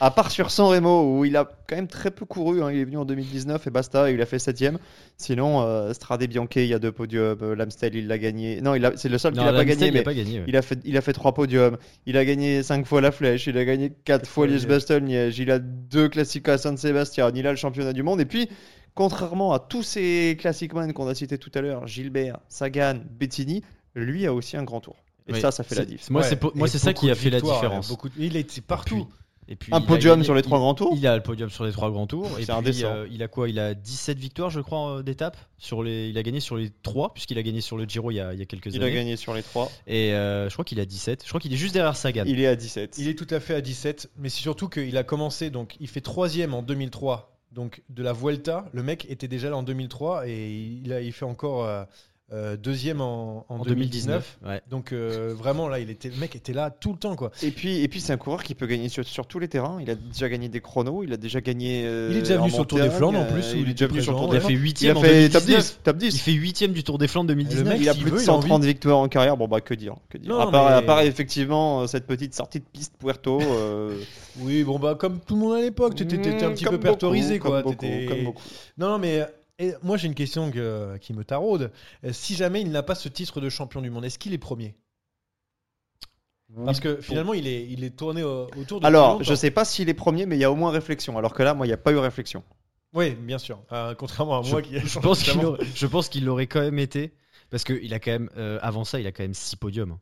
S2: À part sur San Remo, où il a quand même très peu couru. hein. Il est venu en 2019 et basta, et il a fait 7ème. Sinon, euh, Strade Bianche, il y a deux podiums. euh, Lamstel, il l'a gagné. Non, il a- c'est le seul qu'il
S3: non,
S2: n'a pas
S3: l'Amstel,
S2: gagné.
S3: il
S2: mais
S3: a pas gagné. ouais.
S2: il a, fait, il a fait trois podiums, il a gagné cinq fois la flèche, il a gagné quatre
S1: fois
S2: fois liège bastogne liège il a deux classiques à San Sebastian, il a le championnat du monde, et puis Contrairement à tous ces classic man qu'on a cités tout à l'heure, Gilbert, Sagan, Bettini, lui a aussi un grand tour. Et
S3: Oui.
S2: ça, ça fait la
S3: C'est-
S2: diff.
S3: Moi,
S1: Ouais,
S3: c'est pour- moi,
S1: et
S3: c'est ça
S1: beaucoup
S3: qui a
S1: de
S3: fait la
S1: victoires,
S3: différence.
S1: beaucoup de- Il était partout.
S3: Et puis,
S2: Un
S3: il a
S2: podium
S3: gagné-
S2: sur les trois
S3: il-
S2: grands tours
S3: Il a le podium sur les trois grands tours. Et
S2: C'est
S3: puis,
S2: indécent.
S3: euh, il a quoi Il a 17 victoires, je crois, euh, d'étape. Sur les, il a gagné sur les trois, puisqu'il a gagné sur le Giro il y a, il y a quelques
S2: Il a
S3: années.
S2: gagné sur les trois.
S3: Et euh, je crois qu'il a 17. Je crois qu'il est juste derrière Sagan.
S2: Il est à 17.
S1: Il est tout à fait à 17, mais c'est surtout qu'il a commencé, donc il fait troisième en 2003, donc de la Vuelta. Le mec était déjà là en 2003 et il, a, il fait encore euh, euh, deuxième en, en
S3: en
S1: 2019.
S3: 2019. Ouais.
S1: Donc euh, vraiment là, il était, le mec était là tout le temps quoi.
S2: Et puis, et puis c'est un coureur qui peut gagner sur, sur tous les terrains. Il a déjà gagné des chronos, il a déjà gagné. euh,
S1: Il est déjà
S2: en
S1: venu sur le Tour des
S2: montagne,
S1: Flandres en
S2: euh,
S1: plus, où il
S2: Il est déjà
S1: était
S2: venu sur le
S1: présent.
S2: Tour
S3: Il
S2: des
S3: a
S1: vraiment.
S2: Flandres.
S3: fait
S2: Il a
S3: 8ème en
S2: fait Ah, top
S3: 2019.
S2: 10. Top 10.
S3: Il fait 8ème du Tour des Flandres
S1: Le
S3: 2019.
S1: mec,
S2: il a
S1: s'il
S2: plus de
S1: veut, il a envie.
S2: 130 victoires en carrière. Bon, bah, que dire, que dire.
S1: Non,
S2: à, part,
S1: mais-
S2: à part, effectivement euh, cette petite sortie de piste Puerto. euh,
S1: Oui, bon bah comme tout le monde à l'époque, t'étais t'étais un
S2: mm,
S1: petit
S2: comme
S1: peu
S2: beaucoup,
S1: pertorisé
S2: comme
S1: quoi.
S2: beaucoup,
S1: t'étais-
S2: comme beaucoup.
S1: Non, non, mais euh, et moi j'ai une question que- qui me taraude. Euh, Si jamais il n'a pas ce titre de champion du monde, est-ce qu'il est premier Parce que finalement il est, il est tourné au- autour de.
S2: Alors, je sais pas s'il est premier, mais il y a au moins réflexion. Alors que là, moi, il n'y a pas eu réflexion.
S1: Oui, bien sûr. Euh, contrairement à
S3: Je-
S1: moi qui.
S3: Je pense qu'il aurait- je pense qu'il l'aurait quand même été. Parce que il a quand même, euh, avant ça, il a quand même 6 podiums. hein.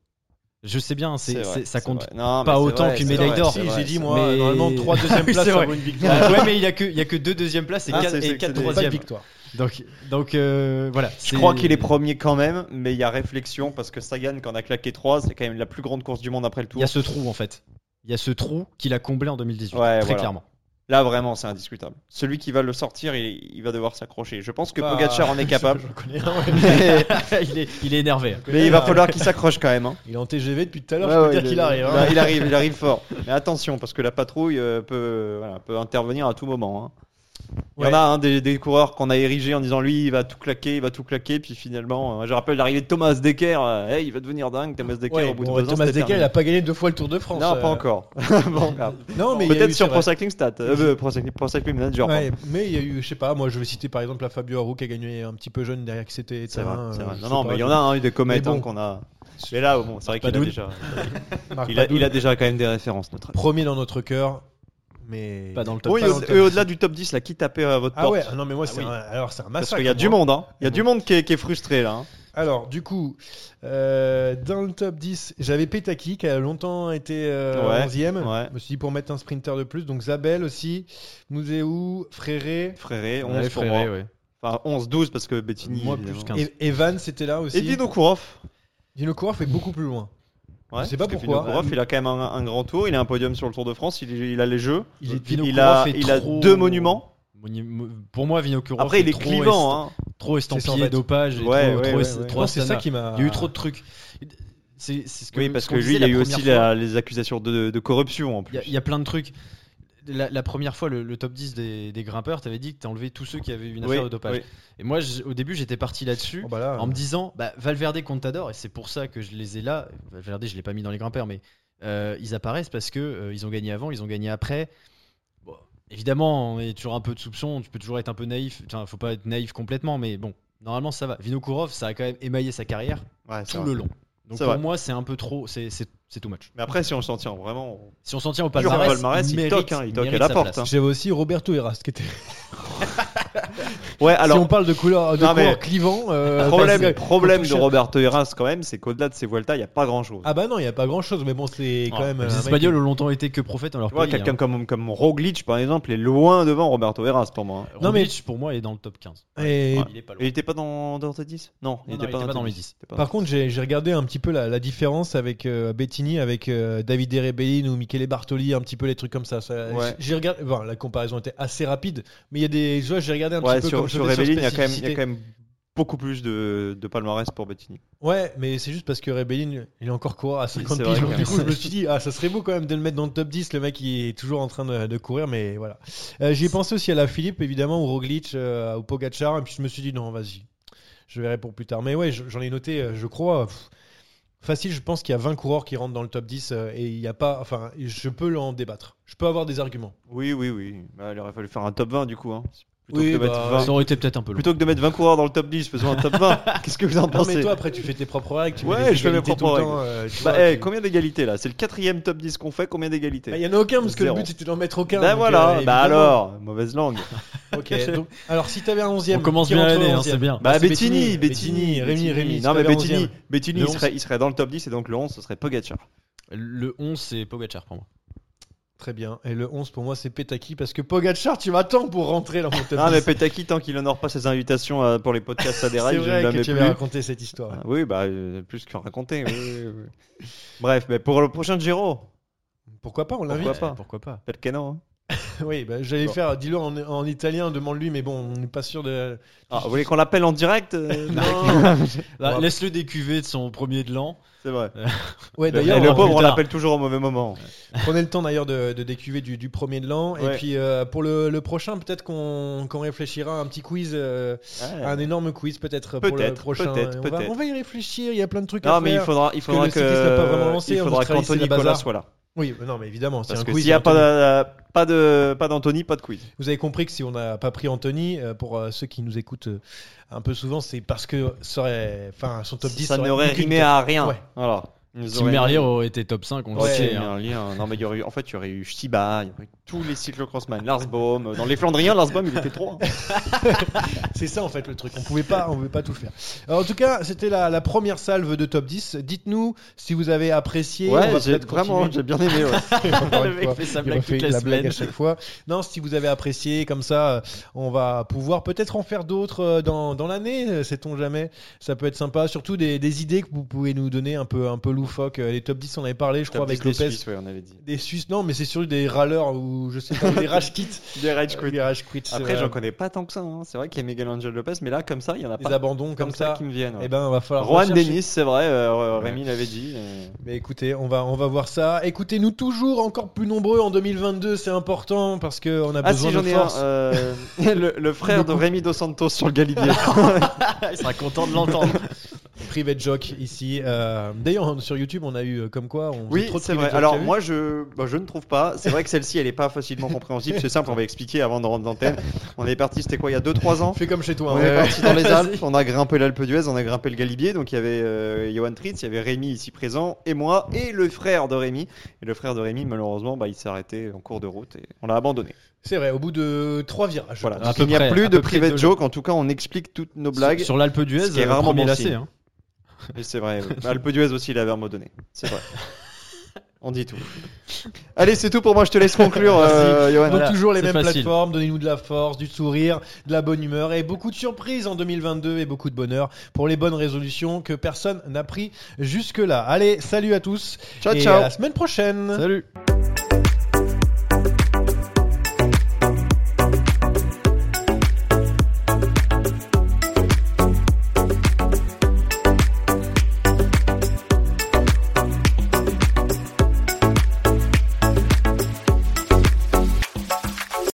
S3: Je sais bien, c'est-
S2: C'est vrai,
S3: c'est- ça
S2: c'est
S3: compte
S2: vrai. Non, mais
S3: pas
S2: c'est
S3: autant
S2: vrai,
S3: qu'une
S2: c'est
S3: médaille
S2: vrai,
S3: d'or.
S2: c'est
S1: Si,
S2: vrai,
S1: j'ai dit
S2: c'est
S1: moi,
S3: vrai.
S1: normalement
S3: Mais-
S1: 3 deuxième
S3: Oui,
S1: place
S3: c'est
S1: ça
S3: vrai.
S1: vaut une victoire.
S3: ouais, mais il a que, il y a que deux deuxième places et
S2: Ah,
S3: quatre,
S2: c'est- c'est-
S3: et quatre
S2: c'est des-
S1: Pas de
S3: troisièmes.
S1: victoire.
S3: Donc, donc euh, voilà.
S2: Je
S3: c'est-
S2: crois qu'il est premier quand même, mais il y a réflexion parce que Sagan, quand a claqué 3, c'est quand même la plus grande course du monde après le
S3: Il
S2: tour.
S3: y a ce trou en fait. Il y a ce trou qu'il a comblé en 2018.
S2: Ouais,
S3: très
S2: voilà.
S3: clairement.
S2: Là, vraiment, c'est indiscutable. Celui qui va le sortir, il, il va devoir s'accrocher. Je pense que
S1: Bah,
S2: Pogacar en est capable,
S1: Je connais un, ouais.
S2: mais,
S3: il, est, il est énervé. hein.
S2: mais il va falloir qu'il s'accroche quand même. hein.
S1: Il est en TGV depuis tout à l'heure,
S2: Ouais,
S1: je peux
S2: ouais,
S1: dire
S2: il-
S1: qu'il arrive. hein.
S2: bah, il arrive, il arrive fort. Mais attention, parce que la patrouille euh, peut, voilà, peut intervenir à tout moment. hein. Il y
S1: Ouais.
S2: en a un des, des coureurs qu'on a érigé en disant lui, il va tout claquer, il va tout claquer. Puis finalement, euh, je rappelle l'arrivée de Thomas Decker. euh, hey, il va devenir dingue, Thomas Decker.
S1: Ouais,
S2: au bout
S1: bon,
S2: de deux ans,
S1: Thomas
S2: c'était
S1: Decker, il
S2: terminé.
S1: a pas gagné deux fois le Tour de France.
S2: Non,
S1: euh.
S2: pas encore. Bon, ah.
S1: Non, mais il y a eu,
S2: Peut-être sur
S1: c'est
S2: Pro
S1: vrai.
S2: Cycling Stat, euh, euh, Pro Cycling- Pro Cycling Manager. pardon.
S1: Ouais, mais il y a eu, je sais pas, moi je vais citer par exemple la Fabio Aru qui a gagné un petit peu jeune derrière qui c'était.
S2: C'est vrai, c'est vrai. Non, non,
S1: euh,
S2: mais
S1: pas,
S2: il y en a un, des comètes
S1: Mais bon.
S2: hein, qu'on a. Mais là, bon, c'est vrai qu'il a
S1: Padoun.
S2: déjà,
S1: Marc
S2: il a,
S1: Ah, Padoue,
S2: il a déjà quand même des références. Notre...
S1: premier dans notre cœur, mais
S3: Pas dans le top.
S2: Oui,
S1: pas
S2: et
S1: dans
S2: au-
S1: le top.
S2: et au-delà du top 10, là, qui tapait à votre
S1: Ah
S2: porte
S1: ouais, non mais moi c'est
S2: oui.
S1: un, alors c'est un
S2: Parce
S1: massacre.
S2: qu'il y a du
S1: moi.
S2: monde, hein. Il y a
S1: Bon.
S2: du monde qui est, qui est frustré là. hein.
S1: Alors du coup, euh, dans le top 10, j'avais Petaki qui a longtemps été
S2: Ouais,
S1: 11ème.
S2: ouais.
S1: Je me suis dit pour mettre un sprinter de plus, donc Zabel aussi, Mouzeou, Fréré,
S2: Fréré, 11
S3: Ouais,
S2: pour
S3: Fréré,
S2: moi.
S3: ouais.
S2: Enfin, 11, 12 parce que Bettini.
S3: Moi,
S2: évidemment.
S3: plus qu'un.
S1: et Evan c'était là aussi.
S2: Et Dino Kourov.
S1: Dino Coureur fait beaucoup plus loin.
S2: Ouais,
S1: Je sais pas
S2: parce que
S1: pourquoi.
S2: Dino Kourov, il a quand même un, un grand tour. Il a un podium sur le Tour de France. Il, il a les jeux.
S1: Il est
S3: Vinokourov
S2: il a,
S3: est
S2: il a
S3: trop-
S2: deux monuments.
S3: Moni- mo- Pour moi, Vinokourov.
S2: Après, il est
S3: trop
S2: clivant.
S3: est-
S2: hein.
S3: Trop
S1: C'est ça, en
S3: estampillé
S1: fait.
S3: dopage. et
S2: Ouais,
S3: trop-
S2: ouais,
S3: trop
S2: ouais,
S3: est-
S1: Je
S3: trop
S1: pense que c'est ça
S3: astana.
S1: qui m'a.
S3: Il y a eu trop de trucs. C'est c'est ce que
S2: Euh, Oui, parce
S3: ce
S2: que
S3: qu'on
S2: lui,
S3: disait
S2: il a eu
S3: la
S2: aussi
S3: première fois.
S2: la- les accusations de, de corruption en
S3: Il y,
S2: plus.
S3: a- il y a plein de trucs. La, la première fois, le, le top 10 des, des grimpeurs, t'avais dit que t'as enlevé tous ceux qui avaient eu une affaire
S2: Oui,
S3: de dopage.
S2: oui.
S3: Et moi, j'- au début, j'étais parti là-dessus
S1: Oh, bah là,
S3: en me disant bah, Valverde Contador et c'est pour ça que je les ai là Valverde je l'ai pas mis dans les grimpeurs mais euh, ils apparaissent parce que euh, ils ont gagné avant ils ont gagné après Bon, évidemment on est toujours un peu de soupçon tu peux toujours être un peu naïf enfin faut pas être naïf complètement mais bon normalement ça va Vinokourov ça a quand même émaillé sa carrière
S2: Ouais, c'est
S3: tout
S2: vrai.
S3: le long donc
S2: C'est
S3: pour
S2: vrai.
S3: moi c'est un peu trop c'est c'est c'est too much
S2: Mais après, si on s'en tient vraiment.
S3: si on s'en tient au
S2: Toujours au
S3: palmarès,
S2: palmarès, il
S3: mérite-
S2: toque, hein, il toque
S3: mérite
S2: à la
S3: sa
S2: porte,
S3: place.
S1: J'avais aussi Roberto Erast qui était.
S2: Ouais,
S1: si
S2: alors,
S1: on parle de couleur de
S2: Non, mais-
S1: couleur clivant, euh,
S2: problème,
S1: parce que-
S2: problème
S1: faut
S2: de
S1: toucher-
S2: Roberto Heras quand même, c'est qu'au-delà de ces Vuelta, il n'y a pas grand-chose.
S1: Ah bah non, il y a pas grand chose, mais bon, c'est quand
S2: Ah,
S1: même. euh,
S3: les
S1: un mec
S3: Espagnols ont longtemps été que prophètes en leur
S2: tu vois,
S3: pays,
S2: quelqu'un
S3: hein.
S2: comme, comme Roglic, par exemple, est loin devant Roberto Heras pour moi. hein.
S1: Non, mais-
S3: Roglic, pour moi il est dans le top 15
S1: qui- Et
S2: Ouais.
S3: il est pas loin
S2: Et il était pas dans, dans tes 10 Non, il
S3: Non,
S2: était
S3: non,
S2: pas,
S3: il était
S2: dans,
S3: pas dans
S2: tes
S3: les
S2: 10.
S3: 10.
S2: Il était pas dans-
S1: Par contre, j'ai j'ai regardé un petit peu la, la différence avec euh, Bettini, avec euh, David Rebellin ou Michele Bartoli, un petit peu les trucs comme ça. Ça,
S2: Ouais.
S1: J'ai regardé, bon, la comparaison était assez rapide, mais il y a des, je vois, j'ai regardé un
S2: ouais,
S1: petit peu
S2: sur,
S1: comme je
S2: sur
S1: fais
S2: Rebellin, il y a quand même, il y a
S1: spécificité.
S2: quand même beaucoup plus de, de palmarès pour Bettini.
S1: Ouais, mais c'est juste parce que Rebellin, il est encore coureur à 50
S2: C'est
S1: piges.
S2: vrai,
S1: donc du
S2: quand même.
S1: coup, je me suis dit, ah, ça serait beau quand même de le mettre dans le top 10. Le mec, il est toujours en train de, de courir, mais voilà. Euh, J'y ai pensé aussi à la Philippe, évidemment, ou Roglic, euh, ou Pogacar, et puis je me suis dit, non, vas-y, je verrai pour plus tard. Mais ouais, je- j'en ai noté, euh, je crois. pff, Facile, je pense qu'il y a 20 coureurs qui rentrent dans le top 10 euh, et il n'y a pas. Enfin, je peux en débattre. Je peux avoir des arguments.
S2: Oui, oui, oui. Bah, il aurait fallu faire un top 20 du coup. hein. Plutôt,
S1: Oui,
S2: que de mettre
S1: bah,
S2: 20
S3: ça aurait été peut-être un peu loin
S2: plutôt que de mettre 20 coureurs dans le top 10, faisons un top 20. Qu'est-ce que vous en
S1: Non,
S2: pensez
S1: mais toi, après, tu fais tes propres règles. Tu
S2: Ouais,
S1: mets des
S2: je fais mes
S1: égalités
S2: propres
S1: tout le temps, euh, tu
S2: Bah,
S1: vois,
S2: eh,
S1: tu-
S2: combien d'égalités là C'est le quatrième top 10 qu'on fait, combien d'égalités
S1: Bah, Il n'y en a aucun parce que
S2: Zéro.
S1: le but c'était d'en mettre aucun.
S2: Bah
S1: donc,
S2: voilà,
S1: euh,
S2: bah
S1: évidemment.
S2: alors, mauvaise langue.
S1: Ok. donc- alors, si t'avais un 11 e
S3: On commence bien l'année, hein, c'est bien.
S2: Bah,
S1: c'est
S2: Bettini,
S1: Bettini,
S2: Bettini,
S1: Bettini, Rémi, Rémi,
S2: Non,
S1: c'est
S2: mais
S1: pas le
S2: Bettini,
S1: 11e.
S2: Bettini
S3: Le
S2: il, serait, il serait dans le top 10 et donc le 11, ce serait Pogacar.
S3: Le 11, c'est Pogachar pour moi.
S1: Très bien. Et le 11 pour moi, c'est Petaki parce que Pogachar, tu m'attends pour rentrer dans mon top
S2: Ah, mais
S1: 10.
S2: Petaki, tant qu'il honore pas ses invitations euh, pour les podcasts, ça déraille,
S1: c'est
S2: je ne
S1: vrai
S2: la
S1: que
S2: mets
S1: tu
S2: plus.
S1: avais raconté cette histoire.
S2: Ah, oui, bah, euh, plus qu'en raconter. oui, oui, oui. Bref, mais pour le prochain Giro,
S1: Bah Eh, Pourquoi pas, on l'invite.
S2: Pourquoi pas
S3: Pourquoi pas
S2: peut-être que non. hein.
S1: Oui, bah, j'allais
S2: Bon.
S1: faire, dis-le en, en italien, demande-lui, mais bon, on n'est pas sûr de.
S2: Ah, vous voulez qu'on l'appelle en direct euh,
S3: Non. Là,
S1: Ouais.
S3: Bah, Laisse-le décuver de son premier de l'an.
S2: C'est vrai.
S1: Ouais,
S2: Et
S1: d'ailleurs,
S2: le
S1: on-
S2: pauvre, on
S3: plus tard.
S2: l'appelle toujours au mauvais moment.
S1: Prenez le temps d'ailleurs de, de décuver du, du premier de l'an.
S2: Ouais.
S1: Et puis euh, pour le, le prochain, peut-être qu'on qu'on réfléchira à un petit quiz, euh, à un énorme quiz peut-être pour le
S2: Peut-être,
S1: prochain.
S2: peut-être,
S1: on, va,
S2: peut-être.
S1: on va y réfléchir, il y a plein de trucs
S2: Non,
S1: à
S2: mais il
S1: faire.
S2: faudra, il
S1: que
S2: faudra
S1: le cycliste n'a pas vraiment lancé,
S2: il
S1: en
S2: faudra
S1: Australie, c'est
S2: qu'Anthony
S1: la
S2: Nicolas
S1: bazar.
S2: soit là.
S1: Oui, non mais évidemment, c'est
S2: Parce
S1: un
S2: que
S1: quiz.
S2: s'il n'y a
S1: c'est un quiz.
S2: pas, pas de, pas d'Anthony, pas de quiz.
S1: Vous avez compris que si on n'a pas pris Anthony, euh, pour euh, ceux qui nous écoutent euh, un peu souvent, c'est parce que ça aurait- enfin, son top 10
S2: ça
S1: aurait
S2: n'aurait
S1: aucune
S2: rimé
S1: tête.
S2: à rien.
S1: Ouais.
S2: Voilà.
S3: Tim Merlier aurait été top 5, on
S2: Ouais,
S3: le sait.
S2: Tim
S3: hein.
S2: Merlier, hein. Non, mais il y aurait eu- en fait, il y aurait eu Shiba, il y aurait eu tous les cyclocrossman, Lars Bohm. Dans les Flandriens, Lars Bohm, il était trop. hein.
S1: C'est ça en fait le truc. On pouvait pas, on pouvait pas tout faire. Alors, en tout cas, c'était la, la première salve de top 10. Dites-nous si vous avez apprécié. On va peut-être continuer.
S2: bien aimé.
S1: Encore
S3: Le
S1: une
S3: mec
S1: fois,
S3: fait sa
S1: il
S3: blague
S1: refait
S3: toute la
S1: blague à
S3: semaine.
S1: chaque fois. Non, si vous avez apprécié, comme ça, euh, on va pouvoir peut-être en faire d'autres euh, dans, dans l'année, euh, sait-on jamais. Ça peut être sympa. Surtout des, des idées que vous pouvez nous donner un peu, un peu loufoques. Euh, Les top 10, on avait parlé, je crois, avec Lopez.
S2: on avait dit.
S1: Des Suisses, non, mais c'est sûr des râleurs ou je sais pas, des rage quittes.
S2: Des rage quits.
S1: Des rage quits, euh, c'est
S2: Après,
S1: vrai.
S2: j'en connais pas tant que ça. hein. C'est vrai qu'il y a Miguel Angel Lopez, mais là, comme ça, il y en a
S1: Des
S2: pas
S1: abandons comme, ça.
S2: qui me viennent. ouais.
S1: Eh ben, va falloir.
S2: Juan
S1: rechercher.
S2: Denis, c'est vrai, euh, Rémi l'avait dit. euh,
S1: Mais écoutez, on va, on va voir ça. Écoutez-nous toujours encore plus nombreux en 2022, c'est important parce que on a
S2: Ah
S1: besoin
S2: si j'en
S1: de
S2: ai un,
S1: force.
S2: euh, le, le frère de Rémi Dos Santos sur le Galibier.
S3: Il sera content de l'entendre.
S2: euh.
S1: Private joke ici. Euh, D'ailleurs, on- sur YouTube, on a eu euh, comme quoi on faisait
S2: oui,
S1: trop de
S2: c'est
S1: private
S2: vrai.
S1: jokes, t'as
S2: Alors
S1: vu
S2: moi je bah, je ne trouve pas. C'est vrai que celle-ci elle est pas facilement compréhensible. C'est simple, on va expliquer avant de rendre l'antenne. On est parti, c'était quoi, il y a 2-3 ans
S1: fais comme chez toi.
S2: on
S1: hein.
S2: est parti dans les
S3: Vas-y.
S2: Alpes, on a grimpé l'Alpe d'Huez, on a grimpé le Galibier, donc il y avait euh, Johan Tritz, il y avait Rémi ici présent, et moi, et le frère de Rémi. Et le frère de Rémi, malheureusement, bah, il s'est arrêté en cours de route et on l'a abandonné.
S1: C'est vrai, au bout de trois virages.
S2: Voilà.
S3: À
S2: Donc,
S3: peu
S2: il n'y a
S3: près, à
S2: plus de
S3: peu près
S2: private
S3: deux
S2: joke, en tout cas on explique toutes nos blagues.
S3: Sur, sur l'Alpe
S2: Ce
S3: d'Huez,
S2: qui est
S3: euh,
S2: rarement
S3: premier
S2: bon
S3: lacet.
S2: signe.
S3: hein.
S2: Et c'est vrai. oui. Alpe d'Huez aussi, il avait un mot donné. C'est vrai. On dit tout. Allez, c'est tout pour moi. Je te laisse conclure, euh, Johan.
S1: Donc toujours les
S3: c'est
S1: mêmes
S3: facile.
S1: plateformes, donnez-nous de la force, du sourire, de la bonne humeur et beaucoup de surprises en 2022 et beaucoup de bonheur pour les bonnes résolutions que personne n'a pris jusque-là. Allez, salut à tous
S2: Ciao,
S1: et
S2: ciao.
S1: eh, à la semaine prochaine.
S3: Salut